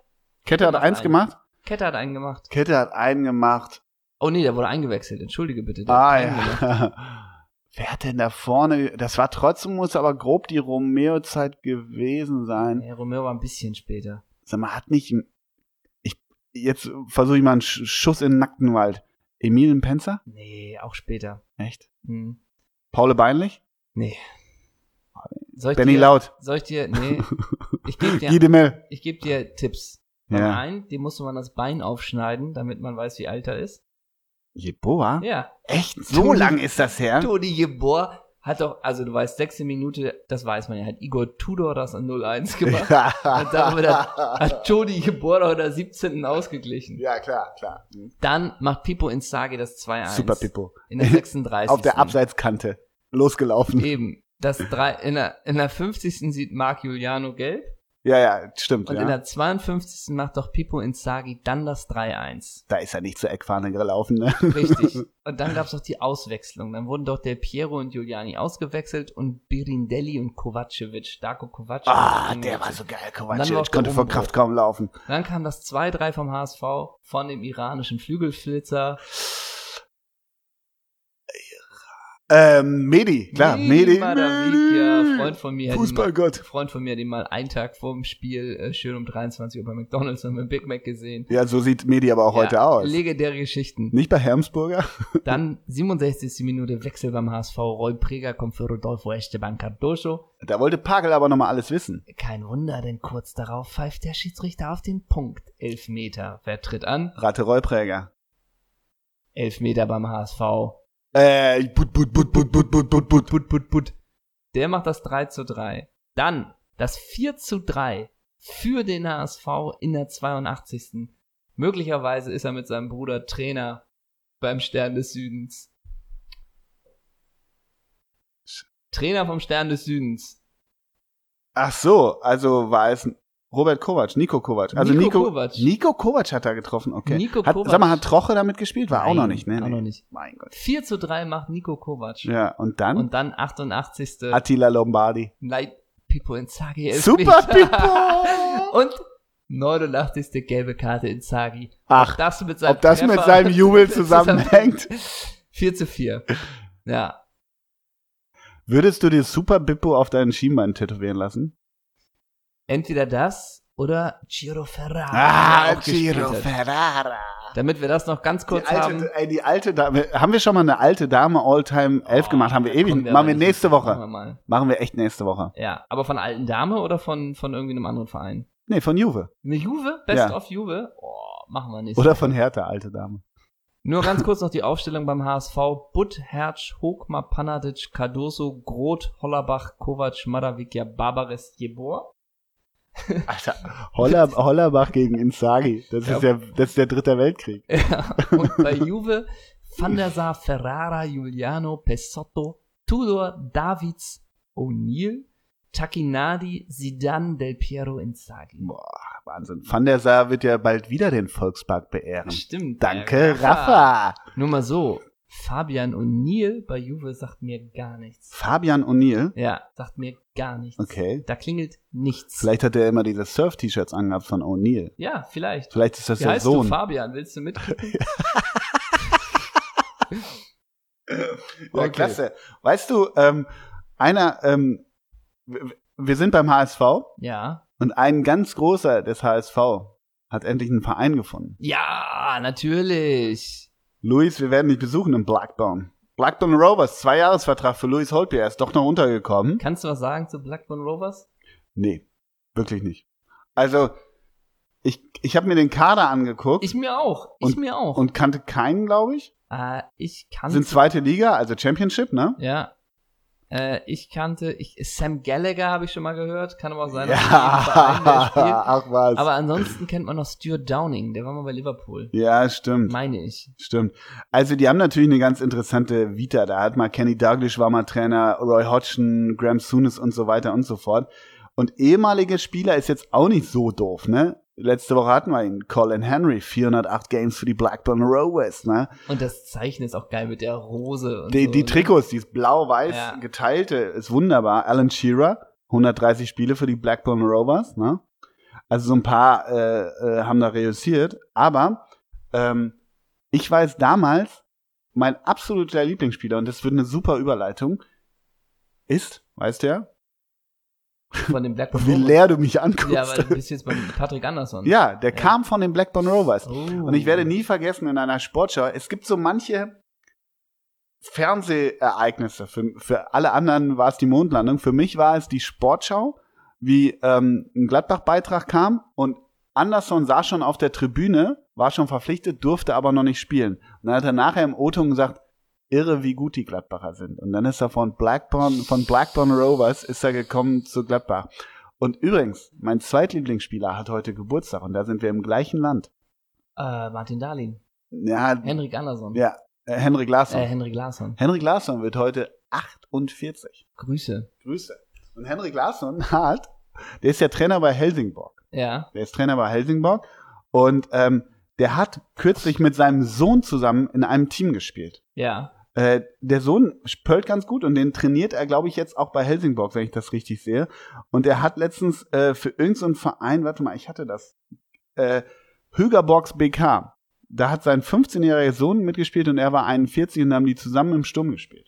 B: Kette hat
A: Macht
B: eins
A: einen.
B: gemacht?
A: Ketter hat einen gemacht.
B: Kette hat einen gemacht.
A: Oh nee, der wurde eingewechselt. Entschuldige bitte. Der
B: Ah
A: hat keinen gemacht.
B: ja. Wer hat denn da vorne? Das war trotzdem, muss aber grob die Romeo-Zeit gewesen sein.
A: Nee, Romeo war ein bisschen später.
B: Sag mal, hat nicht. Ich, jetzt versuche ich mal einen Sch- Schuss in den nackten Wald. Emilien Penzer?
A: Nee, auch später.
B: Echt?
A: Hm.
B: Paule Beinlich?
A: Nee. Soll ich
B: Benny
A: dir,
B: Laut?
A: Soll ich dir. Nee. Ich gebe
B: Ja.
A: dir,
B: Mel?
A: ich geb dir Tipps. Nummer
B: Ja.
A: ein, dem musste man das Bein aufschneiden, damit man weiß, wie alt er ist.
B: Jeboa?
A: Ja.
B: Echt? So
A: Toni-
B: lang ist das her?
A: Toni Jeboer hat doch, also du weißt, sechste Minute, das weiß man ja, hat Igor Tudor das an 0-1 gemacht. Und dann haben wir das- Hat Toni Jeboer doch in der 17. ausgeglichen.
B: ja, klar, klar.
A: Dann macht Pippo Inzaghi das 2-1.
B: Super Pippo.
A: In der 36.
B: Auf der Abseitskante. Losgelaufen.
A: Eben. Das drei, in, der, in der 50. sieht Marc Juliano gelb.
B: Ja, ja, stimmt.
A: Und
B: Ja.
A: in der 52. macht doch Pippo Inzaghi dann das 3-1.
B: da ist er nicht zur Eckfahne gelaufen, ne?
A: Richtig. und dann gab's doch die Auswechslung. Dann wurden doch der Piero und Giuliani ausgewechselt und Birindelli und Kovacevic, Darko Kovacevic.
B: Ah,
A: eingewechselt.
B: der war so geil,
A: Dann um war auch
B: Kovacic.
A: der
B: Konnte vor
A: Umbruch.
B: Kraft kaum laufen.
A: Dann kam das 2-3 vom HSV von dem iranischen Flügelflitzer.
B: Ähm, Medi, klar, Medi.
A: Madavikia, Freund von mir. hat ihn mal-
B: Fußballgott.
A: Freund von mir, den mal einen Tag vor dem Spiel äh, schön um 23 Uhr bei McDonalds und mit Big Mac gesehen.
B: Ja, so sieht Medi aber auch heute
A: Ja,
B: aus.
A: Legendäre Geschichten.
B: Nicht bei Hermsburger?
A: Dann 67. Minute Wechsel beim HSV. Roy Preger kommt für Rodolfo Esteban Cardoso.
B: Da wollte Pagel aber nochmal alles wissen.
A: Kein Wunder, denn kurz darauf pfeift der Schiedsrichter auf den Punkt. Elf Meter. Wer tritt an?
B: Ratte Rollpräger.
A: Elf Meter beim HSV.
B: Äh, but, but, but, but, but, but, but, but, but, but, but.
A: Der macht das 3 zu 3. Dann das 4 zu 3 für den HSV in der 82. Möglicherweise ist er mit seinem Bruder Trainer beim Stern des Südens. Trainer vom Stern des Südens.
B: Ach so, also war es Robert Kovac, Nico Kovac. Also
A: Nico
B: Nico,
A: Kovac.
B: Nico Kovac hat da getroffen, okay.
A: Nico
B: hat,
A: Kovac.
B: Sag mal, hat Troche damit gespielt? War auch noch
A: Nein,
B: nicht, ne?
A: Auch
B: nee.
A: noch nicht.
B: Mein Gott.
A: 4 zu 3 macht Nico Kovac.
B: Ja, und dann?
A: Und äh, dann 88.
B: Attila Lombardi.
A: Leid Pippo Inzaghi. elf
B: Super
A: Meter.
B: Pippo!
A: Und 89. gelbe Karte Inzaghi.
B: Ach,
A: Das mit seinem
B: ob das mit
A: Treffer-
B: seinem Jubel zusammenhängt?
A: 4 zu 4. Ja.
B: Würdest du dir Super Pippo auf deinen Schienbein tätowieren lassen?
A: Entweder das oder Giro Ferrara. der
B: Ah,
A: auch gespielt
B: Giro
A: hat.
B: Ferrara.
A: Damit wir das noch ganz kurz
B: die alte,
A: haben.
B: Ey, die alte Dame. Haben wir schon mal eine alte Dame All-Time 11 gemacht? Haben wir ewig.
A: Oh, Kommen
B: machen
A: aber
B: wir
A: nicht.
B: nächste
A: Machen wir
B: Woche.
A: mal.
B: Machen wir echt nächste Woche.
A: Ja, aber von alten Dame oder von, von irgendwie einem anderen Verein?
B: Nee, von Juve.
A: Eine Juve? Best
B: Ja.
A: of Juve? Oh, machen wir nicht.
B: Oder von Hertha, alte Dame.
A: Nur ganz kurz noch die Aufstellung beim HSV. Butt, Hertz, Hokma, Panadic, Cardoso, Groth, Hollerbach, Kovac, Madavikia, Barbares, Jebor.
B: Alter. Holler, Hollerbach gegen Inzaghi. Das,
A: Ja.
B: Ist der, das ist der dritte Weltkrieg.
A: Ja, und bei Juve Van der Sar, Ferrara, Giuliano, Pesotto, Tudor, Davids, O'Neill, Takinadi, Sidan, Del Piero, Inzaghi.
B: Boah, Wahnsinn. Van der Sar wird ja bald wieder den Volkspark beehren.
A: Stimmt.
B: Danke,
A: der
B: Rafa.
A: Nur mal so, Fabian O'Neill bei Juve sagt mir gar nichts.
B: Fabian O'Neill.
A: Ja, sagt mir gar nichts.
B: Okay.
A: Da klingelt nichts.
B: Vielleicht hat er immer diese Surf-T-Shirts angehabt von O'Neill.
A: Ja, vielleicht.
B: Vielleicht ist das
A: Wie
B: der
A: heißt du
B: Sohn.
A: Fabian? Willst du mit?
B: Ja,
A: Okay.
B: klasse. Weißt du, ähm, einer, ähm, w- wir sind beim HSV
A: Ja.
B: und ein ganz großer des HSV hat endlich einen Verein gefunden.
A: Ja, natürlich.
B: Luis, wir werden dich besuchen im Blackburn. Blackburn Rovers, zwei Jahresvertrag für Luis Holtby, er ist doch noch untergekommen.
A: Kannst du was sagen zu Blackburn Rovers?
B: Nee, wirklich nicht. Also, ich, ich habe mir den Kader angeguckt
A: Ich mir auch. Ich
B: Und-
A: mir auch.
B: und kannte keinen, glaube ich.
A: äh, ich kannte.
B: Sind zweite Liga, also Championship, ne?
A: ja. Äh, ich kannte. Ich, Sam Gallagher habe ich schon mal gehört. Kann aber auch sein, dass er in jedem Verein der spielt.
B: ach was.
A: Aber ansonsten kennt man noch Stuart Downing. Der war mal bei Liverpool.
B: ja, stimmt.
A: Meine ich.
B: Stimmt. Also die haben natürlich eine ganz interessante Vita. Da hat mal Kenny Dalglish war mal Trainer, Roy Hodgson, Graham Souness und so weiter und so fort. Und ehemalige Spieler ist jetzt auch nicht so doof, ne? Letzte Woche hatten wir ihn, Colin Henry, 408 Games für die Blackburn Rovers, ne?
A: Und das Zeichen ist auch geil mit der Rose. Und
B: Die,
A: so,
B: die
A: ne?
B: Trikots, dieses blau-weiß
A: Ja.
B: geteilte, ist wunderbar. Alan Shearer, 130 Spiele für die Blackburn Rovers. Ne? Also so ein paar äh, äh, haben da reüssiert. Aber ähm, ich weiß damals, mein absoluter Lieblingsspieler, und das wird eine super Überleitung, ist, weißt du ja,
A: Von dem Blackburn.
B: wie
A: Rovers.
B: leer du mich
A: Ja, aber
B: anguckst.
A: du bist jetzt bei Patrick Anderson.
B: Ja, der
A: Ja.
B: kam von den Blackburn Rovers.
A: Oh.
B: Und ich werde nie vergessen in einer Sportschau, es gibt so manche Fernsehereignisse. Für, für alle anderen war es die Mondlandung. Für mich war es die Sportschau, wie ähm, ein Gladbach-Beitrag kam und Anderson saß schon auf der Tribüne, war schon verpflichtet, durfte aber noch nicht spielen. Und dann hat er nachher im O-Ton gesagt, irre, wie gut die Gladbacher sind. Und dann ist er von Blackburn, von Blackburn Rovers ist er gekommen zu Gladbach. Und übrigens, mein Zweitlieblingsspieler hat heute Geburtstag und da sind wir im gleichen Land.
A: Äh, Martin Darlin.
B: Ja,
A: Henrik Anderson.
B: ja, äh, Henrik Larsson.
A: Äh, Henrik Larsson.
B: Henrik Larsson wird heute 48.
A: Grüße.
B: Grüße. Und Henrik Larsson hat, der ist ja Trainer bei Helsingborg.
A: Ja.
B: Der ist Trainer bei Helsingborg und ähm, der hat kürzlich mit seinem Sohn zusammen in einem Team gespielt.
A: Ja.
B: Äh, der Sohn spölt ganz gut und den trainiert er, glaube ich, jetzt auch bei Helsingborg, wenn ich das richtig sehe. Und er hat letztens äh, für irgendeinen Verein, warte mal, ich hatte das, äh, Högerborgs BK. Da hat sein 15-jähriger Sohn mitgespielt und er war 41 und da haben die zusammen im Sturm gespielt.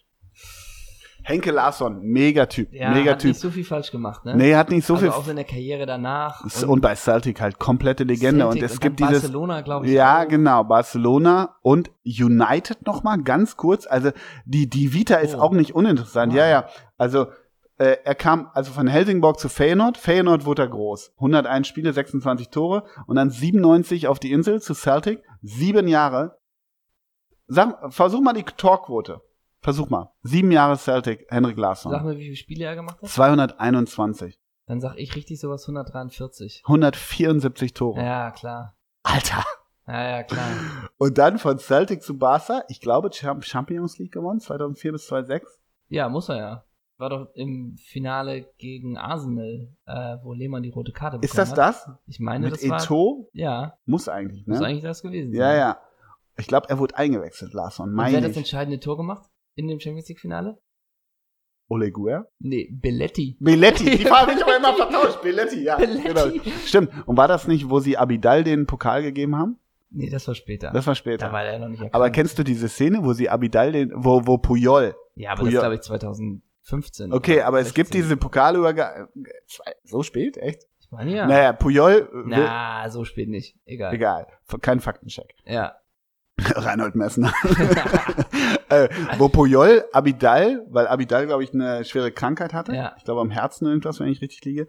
B: Henke Larsson, Megatyp,
A: Ja, hat
B: Megatyp.
A: nicht so viel falsch gemacht, ne?
B: nee, er hat nicht so
A: also
B: viel.
A: auch in der Karriere danach.
B: Und, bei Celtic halt komplette Legende.
A: Celtic
B: und es
A: dann
B: gibt dieses.
A: Barcelona, glaube ich.
B: Ja,
A: auch.
B: genau. Barcelona und United nochmal ganz kurz. Also die, die Vita ist
A: Oh.
B: auch nicht uninteressant. Ja,
A: Ah.
B: ja. Also äh, er kam also von Helsingborg zu Feyenoord. Feyenoord wurde er groß. 101 Spiele, 26 Tore und dann 97 auf die Insel zu Celtic. Sieben Jahre. Sag, versuch mal die Torquote. Versuch mal. Sieben Jahre Celtic, Henrik
A: Sag
B: Larsson.
A: mir, wie viele Spiele er gemacht hat.
B: 221.
A: Dann sag ich richtig sowas 143.
B: 174 Tore.
A: Ja, klar.
B: Alter.
A: Ja, ja, klar.
B: Und dann von Celtic zu Barca, ich glaube Cham- Champions League gewonnen, 2004 bis 2006.
A: Ja, muss er ja. War doch im Finale gegen Arsenal, äh, wo Lehmann die rote Karte bekommen
B: Ist das
A: hat.
B: das?
A: Ich meine,
B: Mit
A: das war...
B: Eto?
A: Ja,
B: Muss eigentlich, ne?
A: muss eigentlich das gewesen sein.
B: ja, ja. Ich glaube, er wurde eingewechselt, Larsson.
A: Und wer hat
B: Meine
A: das
B: ich.
A: entscheidende Tor gemacht in dem Champions League Finale?
B: Ole Guer?
A: Nee, Belletti.
B: Belletti, die habe ich aber immer vertauscht. Belletti, ja.
A: Belletti.
B: Genau. Stimmt. Und war das nicht, wo sie Abidal den Pokal gegeben haben?
A: Nee, das war später.
B: Das war
A: da
B: später.
A: war er noch nicht erkannt.
B: Aber kennst du diese Szene, wo sie Abidal den, wo, wo Puyol?
A: Ja, aber das
B: Ja.
A: glaube ich 2015.
B: Okay,
A: oder
B: aber es gibt
A: 16.
B: diese Pokalübergabe. So spät? Echt?
A: Ich meine ja.
B: Naja, Puyol. äh,
A: Na, so spät nicht. Egal.
B: Egal. Kein Faktencheck.
A: Ja.
B: Reinhold Messner. äh, wo Puyol, Abidal, weil Abidal, glaube ich, eine schwere Krankheit hatte.
A: Ja.
B: Ich glaube, am Herzen irgendwas, wenn ich richtig liege.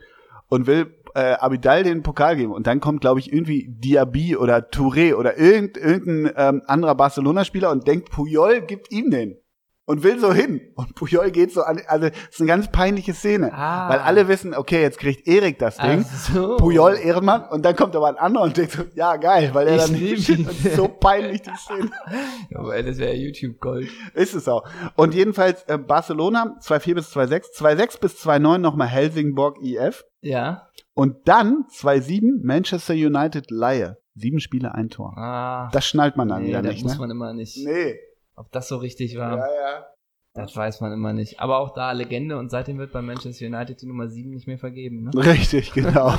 B: Und will äh, Abidal den Pokal geben. Und dann kommt, glaube ich, irgendwie Diaby oder Touré oder irgend, irgendein ähm, anderer Barcelona-Spieler und denkt, Puyol gibt ihm den. Und will so hin. Und Puyol geht so an. Also, es ist eine ganz peinliche Szene.
A: Ah. Also,
B: Weil alle wissen, okay, jetzt kriegt Erik das Ding.
A: Ach so.
B: Puyol Ehrenmann und dann kommt aber ein anderer und denkt so, ja geil, weil er
A: Ich
B: dann
A: nehm
B: nicht
A: ihn.
B: und so peinlich die Szene.
A: Aber das wäre YouTube Gold.
B: Ist es auch. Und jedenfalls äh, Barcelona 2-4 bis 2-6, 2-6 bis 2-9 nochmal Helsingborg IF
A: Ja.
B: und dann 2-7 Manchester United Laie. Sieben Spiele, ein Tor.
A: Ah.
B: Das schnallt man dann
A: nee,
B: wieder
A: das
B: nicht,
A: muss
B: ne?
A: man immer nicht.
B: Nee,
A: Ob das so richtig war,
B: ja, ja.
A: das weiß man immer nicht. Aber auch da Legende und seitdem wird bei Manchester United die Nummer 7 nicht mehr vergeben. Ne?
B: Richtig, genau.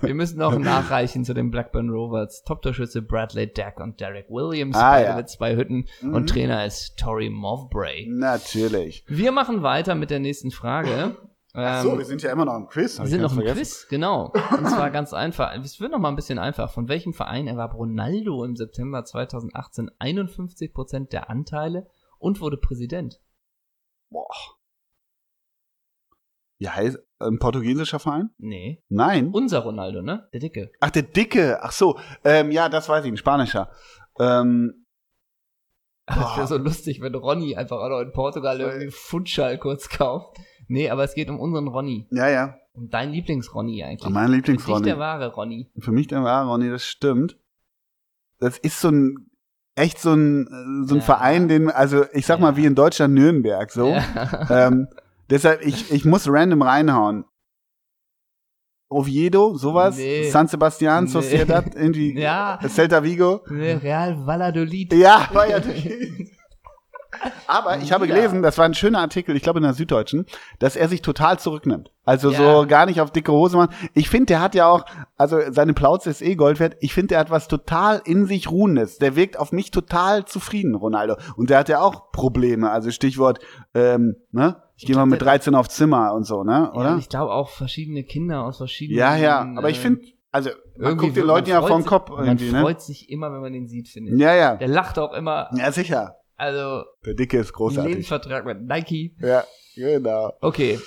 A: Wir müssen noch nachreichen zu den Blackburn Rovers. Top-Torschütze Bradley Deck und Derek Williams.
B: Ah,
A: beide
B: ja.
A: mit zwei Hütten.
B: Mhm.
A: Und Trainer ist Tory Mowbray.
B: Natürlich.
A: Wir machen weiter mit der nächsten Frage.
B: Ach so, wir sind ja immer noch im Quiz.
A: Ähm, Wir
B: hab ich
A: sind
B: ganz
A: noch im
B: vergessen.
A: Quiz, genau. Und zwar ganz einfach. Es wird noch mal ein bisschen einfach. Von welchem Verein erwarb Ronaldo im September 2018 51 Prozent der Anteile und wurde Präsident?
B: Boah. Ja, heißt, ein portugiesischer Verein?
A: Nee.
B: Nein.
A: Unser Ronaldo, ne? Der Dicke.
B: Ach, der Dicke. Ach so. Ähm, ja, das weiß ich, ein spanischer. Ähm,
A: Das wäre
B: boah.
A: so lustig, wenn Ronny einfach auch noch in Portugal irgendwie Futschal kurz kauft. Nee, aber es geht um unseren Ronny.
B: Ja, ja.
A: Um deinen Lieblings-Ronny eigentlich.
B: Mein
A: Nicht der
B: Lieblingsronny.
A: wahre Ronny.
B: Für mich der wahre Ronny, das stimmt. Das ist so ein, echt so ein, äh, so ein
A: Ja.
B: Verein, den, also ich sag mal
A: Ja.
B: wie in Deutschland Nürnberg, so.
A: Ja.
B: Ähm, deshalb, ich, ich muss random reinhauen. Oviedo, sowas.
A: Nee.
B: San Sebastian,
A: Nee.
B: Sociedad, irgendwie.
A: Ja.
B: Celta Vigo.
A: Real Valladolid.
B: Ja, war ja durch. Aber ich habe
A: Ja.
B: gelesen, das war ein schöner Artikel, ich glaube in der Süddeutschen, dass er sich total zurücknimmt. Also
A: Ja.
B: so gar nicht auf dicke Hose machen. Ich finde, der hat ja auch, also seine Plauze ist eh Gold wert. Ich finde, der hat was total in sich Ruhendes. Der wirkt auf mich total zufrieden, Ronaldo. Und der hat ja auch Probleme. Also Stichwort, ähm, ne? Ich gehe mal mit 13 aufs Zimmer und so, ne?
A: Ja, und
B: Oder?
A: ich glaube auch verschiedene Kinder aus verschiedenen.
B: Ja, ja. Aber ich
A: äh,
B: finde, also
A: irgendwie
B: man guckt den
A: wird- man
B: Leuten ja
A: freut
B: vor den
A: sich-
B: Kopf
A: Man
B: irgendwie, ne?
A: freut sich immer, wenn man den sieht, finde ich.
B: Ja, ja.
A: Der lacht auch immer.
B: Ja, sicher.
A: Also,
B: Der Dicke ist
A: ein
B: großartig.
A: Lebensvertrag mit Nike.
B: Ja, genau.
A: Okay.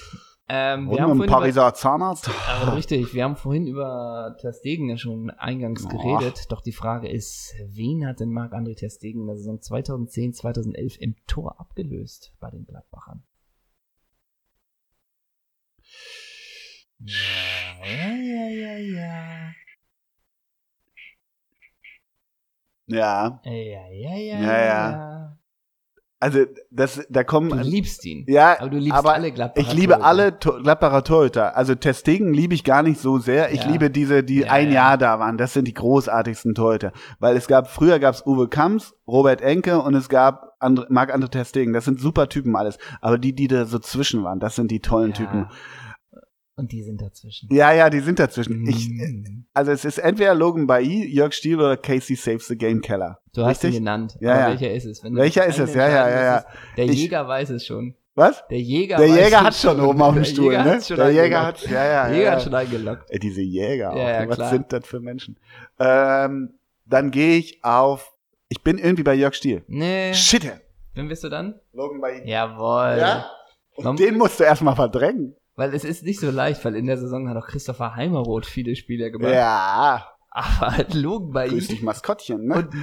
A: Ähm,
B: Und
A: wir haben
B: ein
A: vorhin über,
B: Pariser Zahnarzt.
A: aber richtig, wir haben vorhin über Ter Stegen ja schon eingangs
B: Ach.
A: geredet. Doch die Frage ist, wen hat denn Marc-André Ter Stegen in der Saison 2010, 2011 im Tor abgelöst bei den Gladbachern? Ja, ja, ja, ja.
B: Ja,
A: Ja, ja, ja, ja.
B: Ja, ja. also das, da
A: Du
B: kommen.
A: liebst ihn.
B: Ja,
A: Aber du liebst
B: aber
A: alle Gladbacher.
B: ich liebe
A: Torhüter.
B: alle To- Gladbacher Torhüter. Also Testegen liebe ich gar nicht so sehr. Ich
A: Ja.
B: liebe diese, die
A: Ja,
B: ein
A: ja.
B: Jahr da waren. Das sind die großartigsten Torhüter. Weil es gab, früher gab es Uwe Kamps, Robert Enke und es gab Andre, Marc-André Testegen. Das sind super Typen alles. Aber die, die da so zwischen waren, das sind die tollen
A: Ja.
B: Typen.
A: Und die sind dazwischen.
B: Ja, ja, die sind dazwischen. Ich,
A: Mhm.
B: also es ist entweder Logan Bailly, Jörg Stiel oder Casey Saves the Game Keller.
A: du hast ihn
B: richtig?
A: genannt.
B: Ja,
A: aber
B: ja.
A: Welcher ist es? Wenn du
B: Welcher
A: einen
B: ist es? Ja, ja,
A: entscheiden
B: ja, ja.
A: müsstest, Der
B: Ich-
A: Jäger weiß es schon.
B: Was?
A: Der Jäger
B: Der
A: weiß
B: Jäger
A: es
B: hat schon oben auf
A: Der
B: dem Stuhl,
A: Jäger
B: ne?
A: hat's schon
B: Der Jäger
A: eingeloggt.
B: hat, ja, ja,
A: Der
B: ja.
A: Jäger
B: ja.
A: hat schon eingeloggt.
B: Ey, diese Jäger auch. ne?
A: Ja, ja,
B: Was
A: klar.
B: sind das für Menschen? Ähm, dann gehe ich auf. Ich bin irgendwie bei Jörg Stiel.
A: Nee.
B: Shit.
A: Wen bist du dann?
B: Logan bei ihm.
A: Jawohl.
B: Ja?
A: Man-
B: Und den musst du erstmal verdrängen.
A: Weil es ist nicht so leicht, weil in der Saison hat auch Christopher Heimeroth viele Spiele gemacht.
B: Ja.
A: Aber halt Logen bei ihm.
B: Grüß dich, Maskottchen, ne?
A: Und,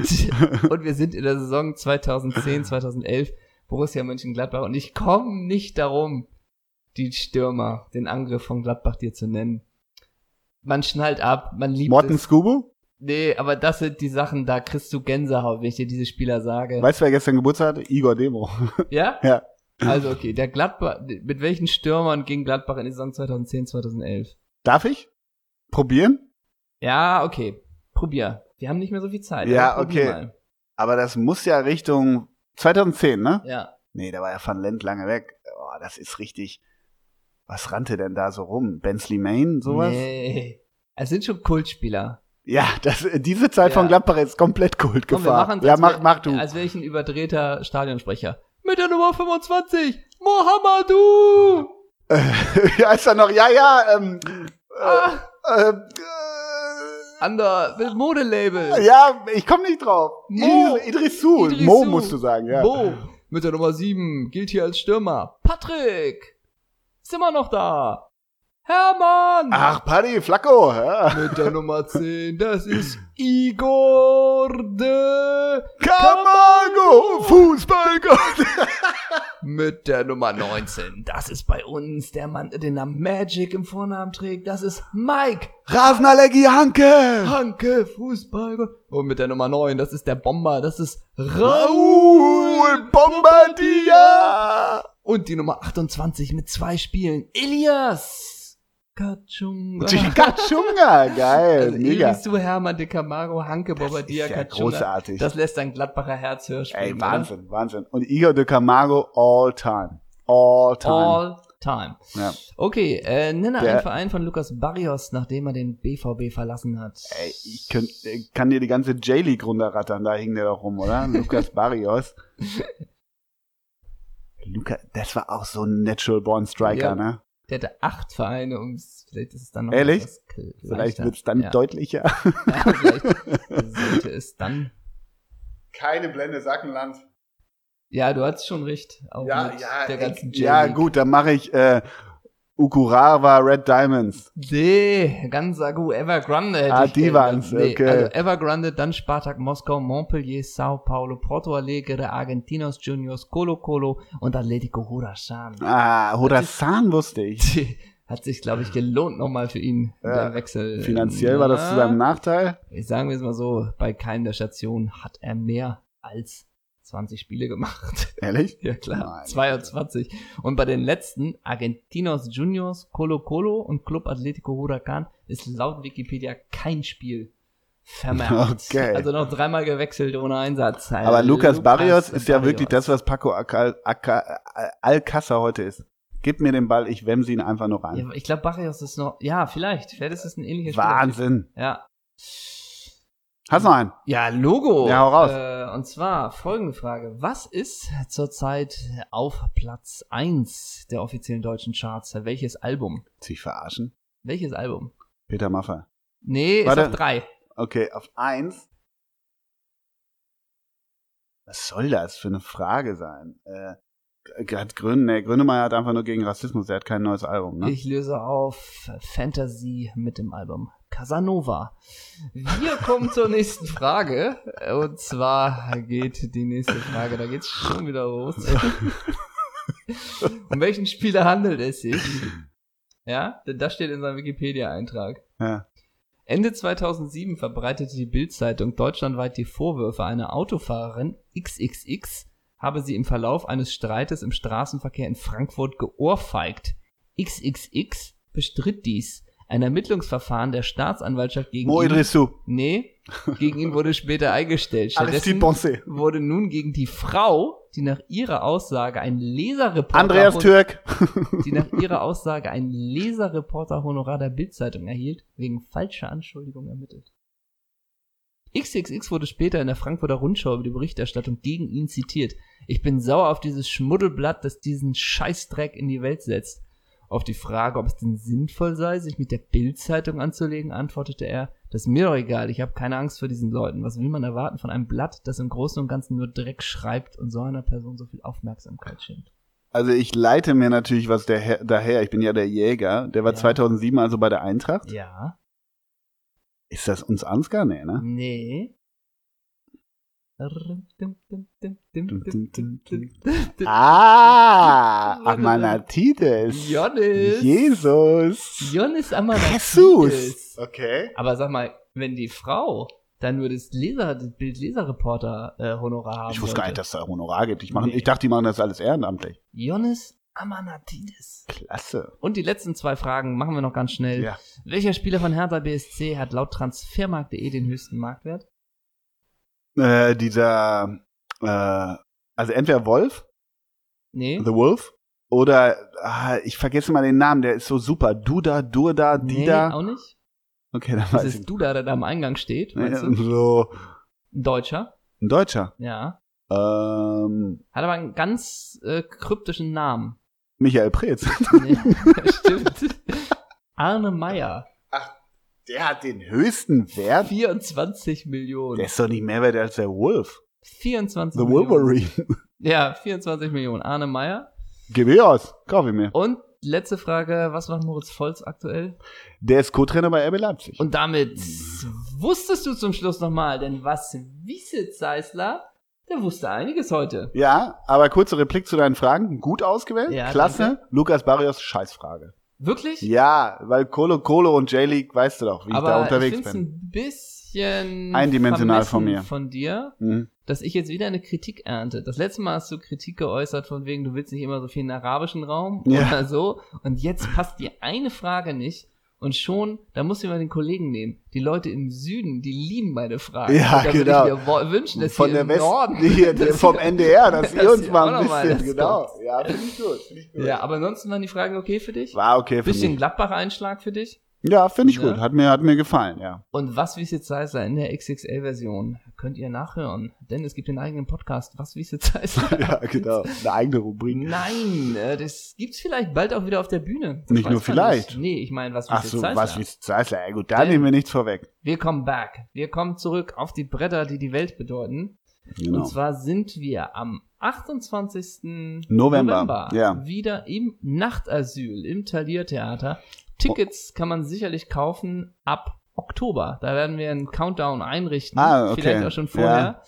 A: und wir sind in der Saison 2010, 2011 Borussia Mönchengladbach und ich komme nicht darum, die Stürmer, den Angriff von Gladbach dir zu nennen. Man schnallt ab, man liebt
B: Morten
A: es.
B: Scubo?
A: Nee, aber das sind die Sachen, da kriegst du Gänsehaut, wenn ich dir diese Spieler sage.
B: Weißt du, wer gestern Geburtstag hatte? Igor Demo.
A: Ja?
B: Ja.
A: Also okay, der Gladbach, mit welchen Stürmern ging Gladbach in der Saison 2010, 2011?
B: Darf ich? Probieren?
A: Ja, okay, probier. Wir haben nicht mehr so viel Zeit.
B: Ja,
A: aber probier
B: okay.
A: mal.
B: Aber das muss ja Richtung 2010, ne?
A: Ja.
B: Nee, da war ja Van Lent lange weg. Oh, das ist richtig. Was rannte denn da so rum? Bensley Main, sowas?
A: Nee. Es sind schon Kultspieler.
B: Ja, das, diese Zeit
A: Ja.
B: von Gladbach ist komplett Kult
A: Komm, wir
B: gefahren.
A: machen's,
B: Ja,
A: als
B: mach,
A: wär-
B: mach du.
A: Als wäre ich ein überdrehter Stadionsprecher. Mit der Nummer 25, Mohamedou!
B: ja, ist da noch, ja, ja, ähm, äh,
A: Ah,
B: ähm,
A: an der mit
B: äh,
A: Modelabel.
B: ja, ich komme nicht drauf.
A: Mo.
B: Idris- Idrisu,
A: Idrisu.
B: Mo musst du sagen, ja.
A: Bo, mit der Nummer 7, gilt hier als Stürmer. Patrick, ist immer noch da. Hermann,
B: Ach, Paddy, Flacco. Ja.
A: mit der Nummer 10, das ist Igor de...
B: Camargo, Fußballgott.
A: Mit der Nummer 19, das ist bei uns der Mann, der den Namen Magic im Vornamen trägt, das ist Mike.
B: Rasenallergie Hanke.
A: Hanke, Fußball. Und mit der Nummer 9, das ist der Bomber, das ist Raul
B: Raoul Bombardier.
A: Und die Nummer 28 mit zwei Spielen, Elias Kachunga.
B: Chikachunga, geil,
A: Also
B: mega.
A: Elisu, Hermann de Camaro, Hanke, Bombardier,
B: ist ja
A: Kachunga.
B: großartig.
A: Das lässt ein Gladbacher Herz hören. springen,
B: Ey, Wahnsinn, Wahnsinn. Und Igor de Camargo, all time. All
A: Oder?
B: time.
A: All time.
B: ja.
A: Okay, äh, nenne
B: Der-
A: einen Verein von Lukas Barrios, nachdem er den BVB verlassen hat.
B: Ey, ich könnt, äh, kann dir die ganze J-League runterrattern, da hing der doch rum, oder? Lukas Barrios. Luca, das war auch so ein Natural Born Striker,
A: Ja.
B: ne?
A: Der hatte acht Vereine und vielleicht ist es dann noch
B: Ehrlich?
A: etwas kl-
B: Vielleicht
A: leichter.
B: wird es dann
A: ja.
B: deutlicher.
A: Ja, vielleicht sollte es dann.
B: Keine Blende Sackenland.
A: Ja, du hattest schon recht. Auch
B: Ja,
A: mit
B: ja,
A: der ganzen
B: ich, ja,
A: J-League.
B: gut, dann mache ich äh, Ukurava Red Diamonds.
A: Nee, ganz Sagu, Evergrande. hätte
B: Ah,
A: ich
B: die
A: gerne
B: waren's,
A: genannt.
B: okay.
A: Also Evergrande, dann Spartak Moskau, Montpellier, Sao Paulo, Porto Alegre, Argentinos Juniors, Colo Colo und Atletico Huracan.
B: Ah, Horasan wusste ich.
A: Tch, Hat sich, glaube ich, gelohnt nochmal für ihn,
B: Ja,
A: der Wechsel.
B: Finanziell war das zu seinem Nachteil.
A: Ich sagen wir es mal so, bei keinem der Stationen hat er mehr als 20 Spiele gemacht.
B: Ehrlich?
A: ja klar,
B: Meine
A: 22. Und bei den letzten, Argentinos Juniors, Colo Colo und Club Atlético Huracan, ist laut Wikipedia kein Spiel vermerkt.
B: Okay.
A: Also noch dreimal gewechselt ohne Einsatz.
B: Aber Lukas Barrios ist ja
A: Barrios.
B: wirklich das, was Paco Acal- Aca- Alcázar heute ist. Gib mir den Ball, ich wemse ihn einfach nur rein.
A: Ja, ich glaube, Barrios ist noch. Ja, vielleicht. Vielleicht ist es ein ähnliches
B: Wahnsinn.
A: Spiel. Ja.
B: Hast du noch einen?
A: Ja, Logo.
B: Ja, hau raus.
A: Äh, und zwar folgende Frage. Was ist zurzeit auf Platz 1 der offiziellen deutschen Charts? Welches Album?
B: Sich verarschen.
A: Welches Album?
B: Peter Maffay.
A: Nee,
B: Warte.
A: ist auf 3.
B: Okay, auf eins. Was soll das für eine Frage sein? Äh, hat Grün, nee, Grönemeyer hat einfach nur gegen Rassismus, er hat kein neues Album, ne?
A: Ich löse auf Fantasy mit dem Album Casanova. Wir kommen zur nächsten Frage. Und zwar geht die nächste Frage, da geht's schon wieder los. um welchen Spieler handelt es sich? Ja, denn das steht in seinem Wikipedia-Eintrag.
B: Ja.
A: Ende 2007 verbreitete die Bild-Zeitung deutschlandweit die Vorwürfe einer Autofahrerin XXX habe sie im Verlauf eines Streites im Straßenverkehr in Frankfurt geohrfeigt. XXX bestritt dies. Ein Ermittlungsverfahren der Staatsanwaltschaft gegen
B: Mo
A: ihn,
B: Idrissou,
A: nee, gegen ihn wurde später eingestellt.
B: Aristide
A: Stattdessen
B: Bonce,
A: wurde nun gegen die Frau, die nach ihrer Aussage ein Leserreporter
B: Andreas Türk.
A: die nach ihrer Aussage ein Leserreporter-Honorar der Bildzeitung erhielt, wegen falscher Anschuldigung ermittelt. XXX wurde später in der Frankfurter Rundschau über die Berichterstattung gegen ihn zitiert. Ich bin sauer auf dieses Schmuddelblatt, das diesen Scheißdreck in die Welt setzt. Auf die Frage, ob es denn sinnvoll sei, sich mit der Bildzeitung anzulegen, antwortete er, das ist mir doch egal, ich habe keine Angst vor diesen Leuten. Was will man erwarten von einem Blatt, das im Großen und Ganzen nur Dreck schreibt und so einer Person so viel Aufmerksamkeit schenkt?
B: Also ich leite mir natürlich was der, daher, ich bin ja der Jäger, der war
A: Ja.
B: 2007 also bei der Eintracht.
A: Ja.
B: Ist das uns Ansgar? Nee, ne?
A: Nee.
B: Ah, Amanatides.
A: Jonis.
B: Jesus.
A: Jonis Amaratides.
B: Jesus. Okay.
A: Aber sag mal, wenn die Frau dann nur das Leser, das Bild Leserreporter äh, Honorar haben
B: Ich wusste gar nicht, dass es da Honorar gibt. Ich, mach,
A: Nee.
B: ich dachte, die machen das alles ehrenamtlich.
A: Jonis Amanatides.
B: Klasse.
A: Und die letzten zwei Fragen machen wir noch ganz schnell.
B: Ja.
A: Welcher Spieler von Hertha BSC hat laut Transfermarkt.de den höchsten Marktwert?
B: Äh, dieser, äh, also entweder Wolf,
A: Nee.
B: The Wolf, oder ah, ich vergesse mal den Namen, der ist so super. Duda, Durda,
A: nee,
B: Dida.
A: auch nicht.
B: Okay, dann
A: Das
B: weiß ich.
A: ist Duda, der da am Eingang steht. Meinst du?
B: So,
A: Ein Deutscher.
B: ein Deutscher.
A: Ja.
B: Ähm,
A: Hat aber einen ganz äh, kryptischen Namen.
B: Michael Preetz.
A: Nee, stimmt. Arne Meyer.
B: Der hat den höchsten Wert.
A: 24
B: Der
A: Millionen.
B: ist doch nicht mehr wert als der Wolf.
A: 24
B: The
A: Millionen.
B: Wolverine.
A: Ja, 24 Millionen. Arne Meyer.
B: Gib mir aus. Kauf ihn mir.
A: Und letzte Frage, was macht Moritz Volz aktuell?
B: Der ist Co-Trainer bei RB Leipzig.
A: Und damit wusstest du zum Schluss nochmal, denn was wisse Zeisler, der wusste einiges heute.
B: ja, aber kurze Replik zu deinen Fragen. Gut ausgewählt.
A: Ja,
B: Klasse.
A: danke.
B: Lukas Barrios, Scheißfrage.
A: Wirklich?
B: Ja, weil Colo Colo und J-League, weißt du doch, wie ich da
A: Aber ich
B: unterwegs
A: finde es
B: bin.
A: ein bisschen
B: Eindimensional von
A: vermessen
B: mir.
A: Von dir,
B: Mhm.
A: dass ich jetzt wieder eine Kritik ernte. Das letzte Mal hast du Kritik geäußert von wegen, du willst nicht immer so viel in den arabischen Raum
B: Ja.
A: oder so. Und jetzt passt dir eine Frage nicht. Und schon, da muss ich mal den Kollegen nehmen. Die Leute im Süden, die lieben meine Fragen.
B: Ja,
A: Und da würde
B: genau.
A: Ich mir wo- wünschen, dass
B: Von
A: hier
B: der
A: im
B: Westen,
A: Norden,
B: hier,
A: dass
B: vom
A: ihr-
B: NDR, dass,
A: dass
B: ihr uns
A: ihr
B: mal
A: auch
B: ein
A: noch mal
B: bisschen,
A: das
B: genau. Ja, finde ich gut. Find ich gut.
A: Ja, aber ansonsten waren die Fragen okay für dich?
B: War okay für
A: Bisschen
B: mich.
A: Gladbach-Einschlag für dich?
B: Ja, finde ich
A: Ja.
B: gut. Hat mir, hat mir gefallen, ja.
A: Und was Wiese Zeissler in der XXL-Version könnt ihr nachhören, denn es gibt den eigenen Podcast, was Wiese Zeissler.
B: Ja, genau. Eine eigene Rubrik.
A: Nein, äh, das gibt's vielleicht bald auch wieder auf der Bühne. Das
B: Nicht
A: weiß
B: nur
A: man
B: vielleicht.
A: Nicht. Nee, ich meine, was
B: Ach
A: Wiese
B: so,
A: Zeissler.
B: was wie Zeissler. Ja, gut, da
A: Denn-
B: nehmen wir nichts vorweg.
A: Wir kommen back. Wir kommen zurück auf die Bretter, die die Welt bedeuten.
B: Genau.
A: Und zwar sind wir am 28.
B: November, ja.
A: wieder im Nachtasyl im Thalia Theater. Tickets
B: Oh.
A: kann man sicherlich kaufen ab Oktober. Da werden wir einen Countdown einrichten.
B: Ah, okay.
A: Vielleicht auch schon vorher.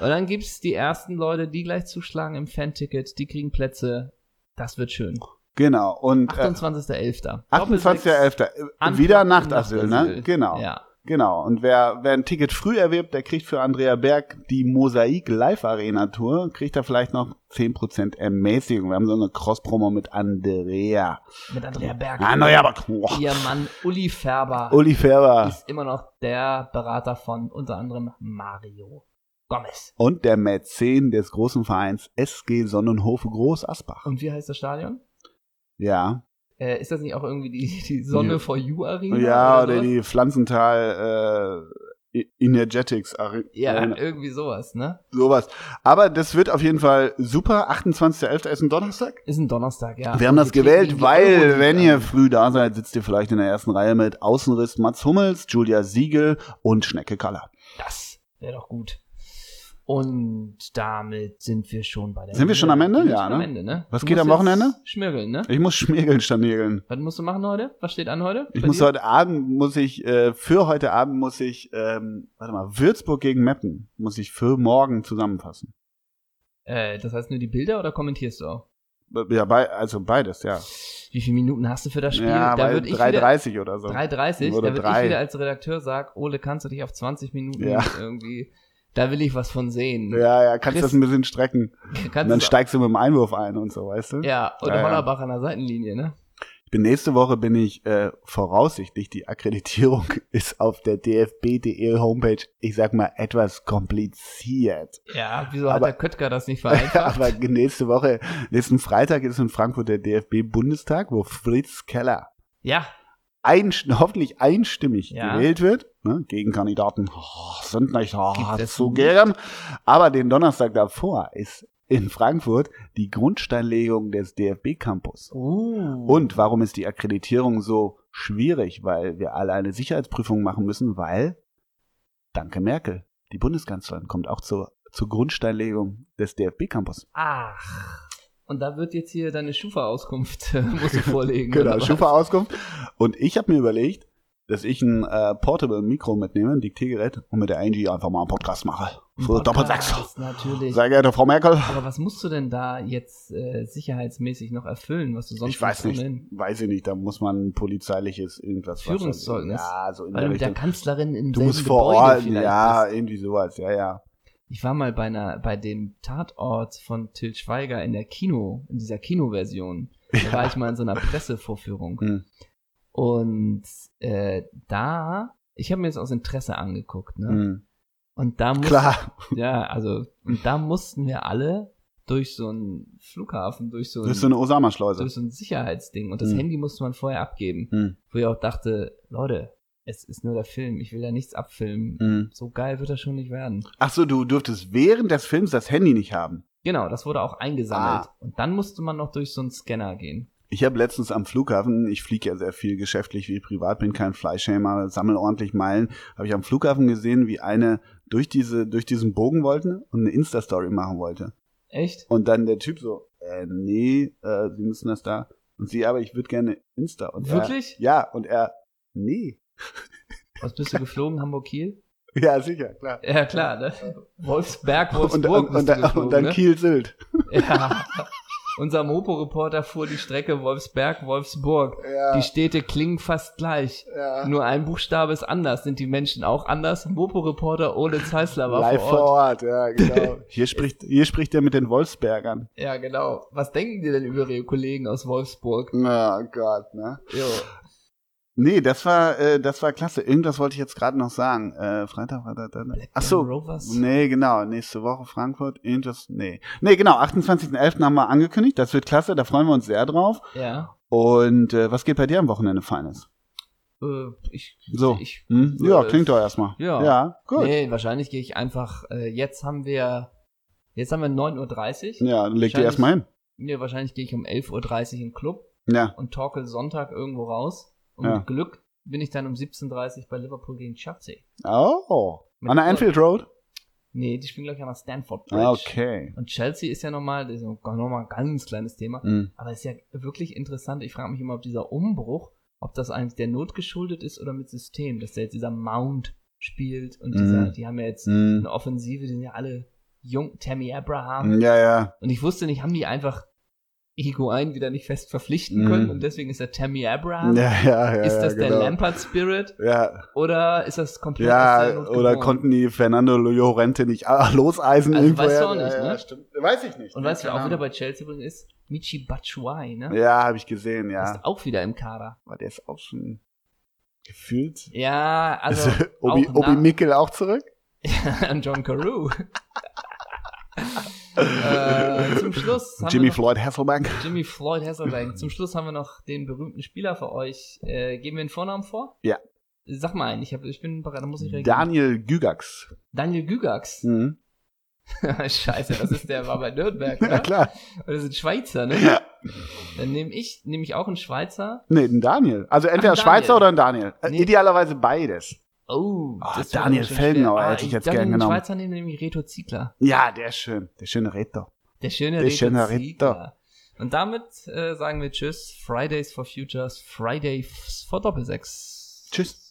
A: Und dann gibt's die ersten Leute, die gleich zuschlagen im Fanticket. Die kriegen Plätze. Das wird schön.
B: Genau. Und äh,
A: 28.11.
B: 28.11.
A: Doppelsechs.
B: Wieder
A: Anfang
B: Nachtasyl, ne?
A: Nachtasyl.
B: Genau.
A: Ja.
B: Genau. Und wer, wer ein Ticket früh erwirbt, der kriegt für Andrea Berg die Mosaik Live Arena Tour, kriegt er vielleicht noch 10% Ermäßigung. Wir haben so eine Cross-Promo mit Andrea.
A: Mit Andrea Berg.
B: Ah, naja, aber boah.
A: Ihr Mann Uli Färber
B: Uli Färber
A: ist immer noch der Berater von unter anderem Mario Gomez.
B: und der Mäzen des großen Vereins SG Sonnenhofe Groß Asbach.
A: Und wie heißt das Stadion?
B: Ja.
A: Äh, ist das nicht auch irgendwie die, die Sonne
B: Ja.
A: for You Arena?
B: Ja, oder
A: Genau, sowas?
B: die Pflanzental äh, Energetics Arena.
A: Ja, irgendwie sowas, ne?
B: Sowas. Aber das wird auf jeden Fall super. 28.11. ist ein Donnerstag.
A: Ist ein Donnerstag, ja.
B: Wir haben das
A: kriegen
B: gewählt,
A: die
B: weil,
A: Euroliga.
B: wenn ihr früh da seid, sitzt ihr vielleicht in der ersten Reihe mit Außenriss Mats Hummels, Julia Siegel und Schnecke Kaller.
A: Das wäre doch gut. Und damit sind wir schon bei der
B: Sind wir schon am Ende?
A: Wir sind
B: Ja,
A: schon am
B: ne?
A: Ende, ne?
B: Was
A: Du
B: geht
A: musst
B: am Wochenende?
A: jetzt Schmirgeln, ne?
B: Ich muss schmirgeln, Stamirgeln.
A: Was musst du machen heute? Was steht an heute?
B: Ich
A: Bei
B: muss
A: dir?
B: heute Abend, muss ich, äh, für heute Abend muss ich, ähm, warte mal, Würzburg gegen Meppen muss ich für morgen zusammenfassen.
A: äh, das heißt nur die Bilder oder kommentierst du auch?
B: Be- Ja, bei, also beides, ja.
A: Wie viele Minuten hast du für das Spiel?
B: ja,
A: da
B: bei
A: würd ich wieder-
B: 3,30 oder so.
A: 3,30,
B: Oder
A: da würde
B: drei.
A: ich wieder als Redakteur sagen, Ole, kannst du dich auf 20 Minuten
B: Ja.
A: irgendwie, da will ich was von sehen.
B: Ja, ja, kannst
A: Chris-
B: das ein bisschen strecken. Und
A: kannst
B: dann
A: du-
B: steigst du mit dem Einwurf ein und so, weißt du?
A: ja und
B: Ja, ja.
A: Hollerbach an der Seitenlinie, ne?
B: Ich bin nächste Woche bin ich äh, voraussichtlich, die Akkreditierung ist auf der dfb.de E Homepage, ich sag mal, etwas kompliziert.
A: Ja, wieso hat
B: Aber-
A: der Köttger das nicht vereinfacht?
B: Aber nächste Woche, nächsten Freitag ist in Frankfurt der DFB-Bundestag, wo Fritz Keller
A: ja,
B: ein, hoffentlich einstimmig
A: Ja.
B: gewählt wird. Ne? Gegenkandidaten oh, sind nicht oh,
A: Gibt es
B: zugeben. Aber den Donnerstag davor ist in Frankfurt die Grundsteinlegung des DFB-Campus.
A: uh,
B: Und warum ist die Akkreditierung so schwierig? Weil wir alle eine Sicherheitsprüfung machen müssen, weil, danke Merkel, die Bundeskanzlerin kommt auch zur, zur Grundsteinlegung des DFB-Campus.
A: ach. Und da wird jetzt hier deine Schufa-Auskunft, äh, musst du vorlegen.
B: Genau,
A: oder was?
B: Schufa-Auskunft. Und ich habe mir überlegt, dass ich ein äh, Portable-Mikro mitnehme, ein Diktiergerät, und mit der Angie einfach mal einen Podcast mache. Für
A: Podcast,
B: Doppelsechs.
A: Natürlich.
B: Sehr geehrte Frau Merkel.
A: Aber was musst du denn da jetzt äh, sicherheitsmäßig noch erfüllen, was du sonst
B: Ich weiß
A: nicht
B: nicht,
A: ohnehin-
B: weiß ich nicht, da muss man ein polizeiliches irgendwas. was weiß ich.
A: Führungszeugnis.
B: Ja, so in
A: Weil du
B: der
A: mit der
B: Richtung.
A: Kanzlerin in
B: Du musst vor
A: Gebäude
B: Ort,
A: vielleicht
B: ja,
A: bist.
B: irgendwie sowas, ja, ja.
A: Ich war mal bei einer, bei dem Tatort von Till Schweiger in der Kino, in dieser Kinoversion. Da war ich mal in so einer Pressevorführung.
B: Hm.
A: Und äh, da, ich habe mir das aus Interesse angeguckt, ne?
B: Hm.
A: Und da muss,
B: Klar,
A: ja, also, und da mussten wir alle durch so einen Flughafen, durch so
B: das
A: ein,
B: ist so eine Osama-Schleuse.
A: durch so ein Sicherheitsding. Und das
B: Hm.
A: Handy musste man vorher abgeben,
B: Hm,
A: wo ich auch dachte, Leute, es ist nur der Film, ich will da nichts abfilmen.
B: hm.
A: So geil wird das schon nicht werden.
B: Ach so, du durftest während des Films das Handy nicht haben.
A: Genau, das wurde auch eingesammelt.
B: Ah.
A: Und dann musste man noch durch so einen Scanner gehen.
B: Ich habe letztens am Flughafen, ich fliege ja sehr viel geschäftlich wie privat, bin kein Fleischhämer, sammel ordentlich Meilen, habe ich am Flughafen gesehen, wie eine durch diese durch diesen Bogen wollte und eine Insta-Story machen wollte.
A: Echt?
B: Und dann der Typ so, äh, nee, äh, Sie müssen das da. Und sie, aber ich würde gerne Insta. Und äh,
A: Wirklich?
B: Er, ja, und er, nee.
A: Was bist du geflogen? Hamburg-Kiel?
B: Ja, sicher, klar.
A: Ja, klar, ne? Wolfsberg,
B: Und, und,
A: Wolfsburg
B: und,
A: bist du
B: dann-
A: geflogen,
B: und dann
A: ne?
B: Kiel-Sylt.
A: Ja. Unser Mopo-Reporter fuhr die Strecke Wolfsberg, Wolfsburg.
B: Ja,
A: Die Städte klingen fast gleich.
B: ja.
A: Nur ein Buchstabe ist anders. Sind die Menschen auch anders? Mopo-Reporter Ole Zeisler war
B: Live
A: vor Ort.
B: ja, genau. hier, spricht, hier spricht er mit den Wolfsbergern.
A: Ja, genau. Was denken die denn über ihre Kollegen aus Wolfsburg?
B: Oh Gott, ne?
A: Jo.
B: Nee, das war, äh, das war klasse. Irgendwas wollte ich jetzt gerade noch sagen. Äh, Freitag, Freitag, Freitag. Ach so.
A: Rovers?
B: Nee, genau. Nächste Woche Frankfurt. Irgendwas. Nee. Nee, genau. 28.11. haben wir angekündigt. Das wird klasse. Da freuen wir uns sehr drauf.
A: Ja.
B: Und äh, was geht bei dir am Wochenende Feines?
A: Äh, ich,
B: So.
A: Ich,
B: Hm? Ja,
A: äh,
B: klingt doch erstmal.
A: ja.
B: Ja, gut.
A: Nee, wahrscheinlich gehe ich einfach, äh, jetzt haben wir, jetzt haben wir 9.30 Uhr.
B: Ja, dann leg die
A: Wahrscheinlich-
B: erstmal hin.
A: Nee, wahrscheinlich gehe ich um 11.30 Uhr in den Club
B: Ja.
A: und torkel Sonntag irgendwo raus. Und
B: Ja.
A: mit Glück bin ich dann um 17.30 Uhr bei Liverpool gegen Chelsea.
B: Oh.
A: Mit
B: An der
A: Glück.
B: Anfield Road?
A: Nee, die spielen, glaube ich, an der Stanford Bridge.
B: Ah, Okay.
A: Und Chelsea ist ja nochmal, das ist nochmal ein ganz kleines Thema.
B: Hm.
A: Aber es ist ja wirklich interessant. Ich frage mich immer, ob dieser Umbruch, ob das eigentlich der Not geschuldet ist oder mit System, dass der jetzt dieser Mount spielt und
B: Mhm.
A: dieser, die haben ja jetzt
B: Hm.
A: eine Offensive, die sind ja alle jung, Tammy Abraham.
B: Ja, ja.
A: Und ich wusste nicht, haben die einfach Higuain wieder nicht fest verpflichten
B: Mhm.
A: können und deswegen ist der Tammy
B: Ja,
A: Abraham.
B: ja, ja.
A: Ah. ist
B: ja,
A: das der
B: genau.
A: Lampard Spirit
B: Ja,
A: oder ist das komplett aus der
B: ja
A: Not
B: oder
A: geboren?
B: konnten die Fernando Llorente nicht ah, loseisen
A: Also,
B: irgendwo
A: weißt du
B: her?
A: auch nicht,
B: ja,
A: ne?
B: ja, stimmt. Weiß ich nicht.
A: Und
B: ne?
A: was ja
B: Keine
A: auch wieder
B: Ahnung.
A: bei Chelsea übrigens ist, Michi Batshuayi, ne?
B: Ja, habe ich gesehen,
A: Der
B: ja.
A: Ist auch wieder im Kader.
B: Aber der ist auch schon gefühlt.
A: Ja, also
B: ist Obi,
A: auch
B: Obi
A: nach-
B: Mickel auch zurück? Also-
A: und John Carew. äh, zum Schluss haben
B: Jimmy
A: wir noch
B: Floyd Hasselbank?
A: Jimmy Floyd Hasselbank. Zum Schluss haben wir noch den berühmten Spieler für euch. Äh, geben wir den Vornamen vor?
B: Ja.
A: Sag mal einen. Ich, hab, ich bin bereit, da muss ich reagieren.
B: Daniel Gygax.
A: Daniel Gygax.
B: Mhm.
A: Scheiße, das ist der, war bei Nürnberg,
B: Ja,
A: ne?
B: klar.
A: Und das sind Schweizer, ne?
B: Ja.
A: Dann nehme ich, nehme ich auch einen Schweizer.
B: Nee, ein Daniel. Also entweder
A: Ach, ein Daniel.
B: Schweizer oder ein Daniel. Äh,
A: Nee.
B: Idealerweise beides.
A: Oh,
B: Ah,
A: wird
B: Daniel
A: aber schon
B: Felgenauer
A: schwer.
B: hätte ich jetzt
A: darf
B: gern
A: einen
B: genommen.
A: Schweizer nehmen, nämlich Reto Ziegler.
B: Ja, der ist schön. Der schöne Retter.
A: Der schöne
B: Der
A: Reto
B: schöne
A: Ziegler. Und damit äh, sagen wir Tschüss. Fridays for Futures, Fridays for Doppelsechs.
B: Tschüss.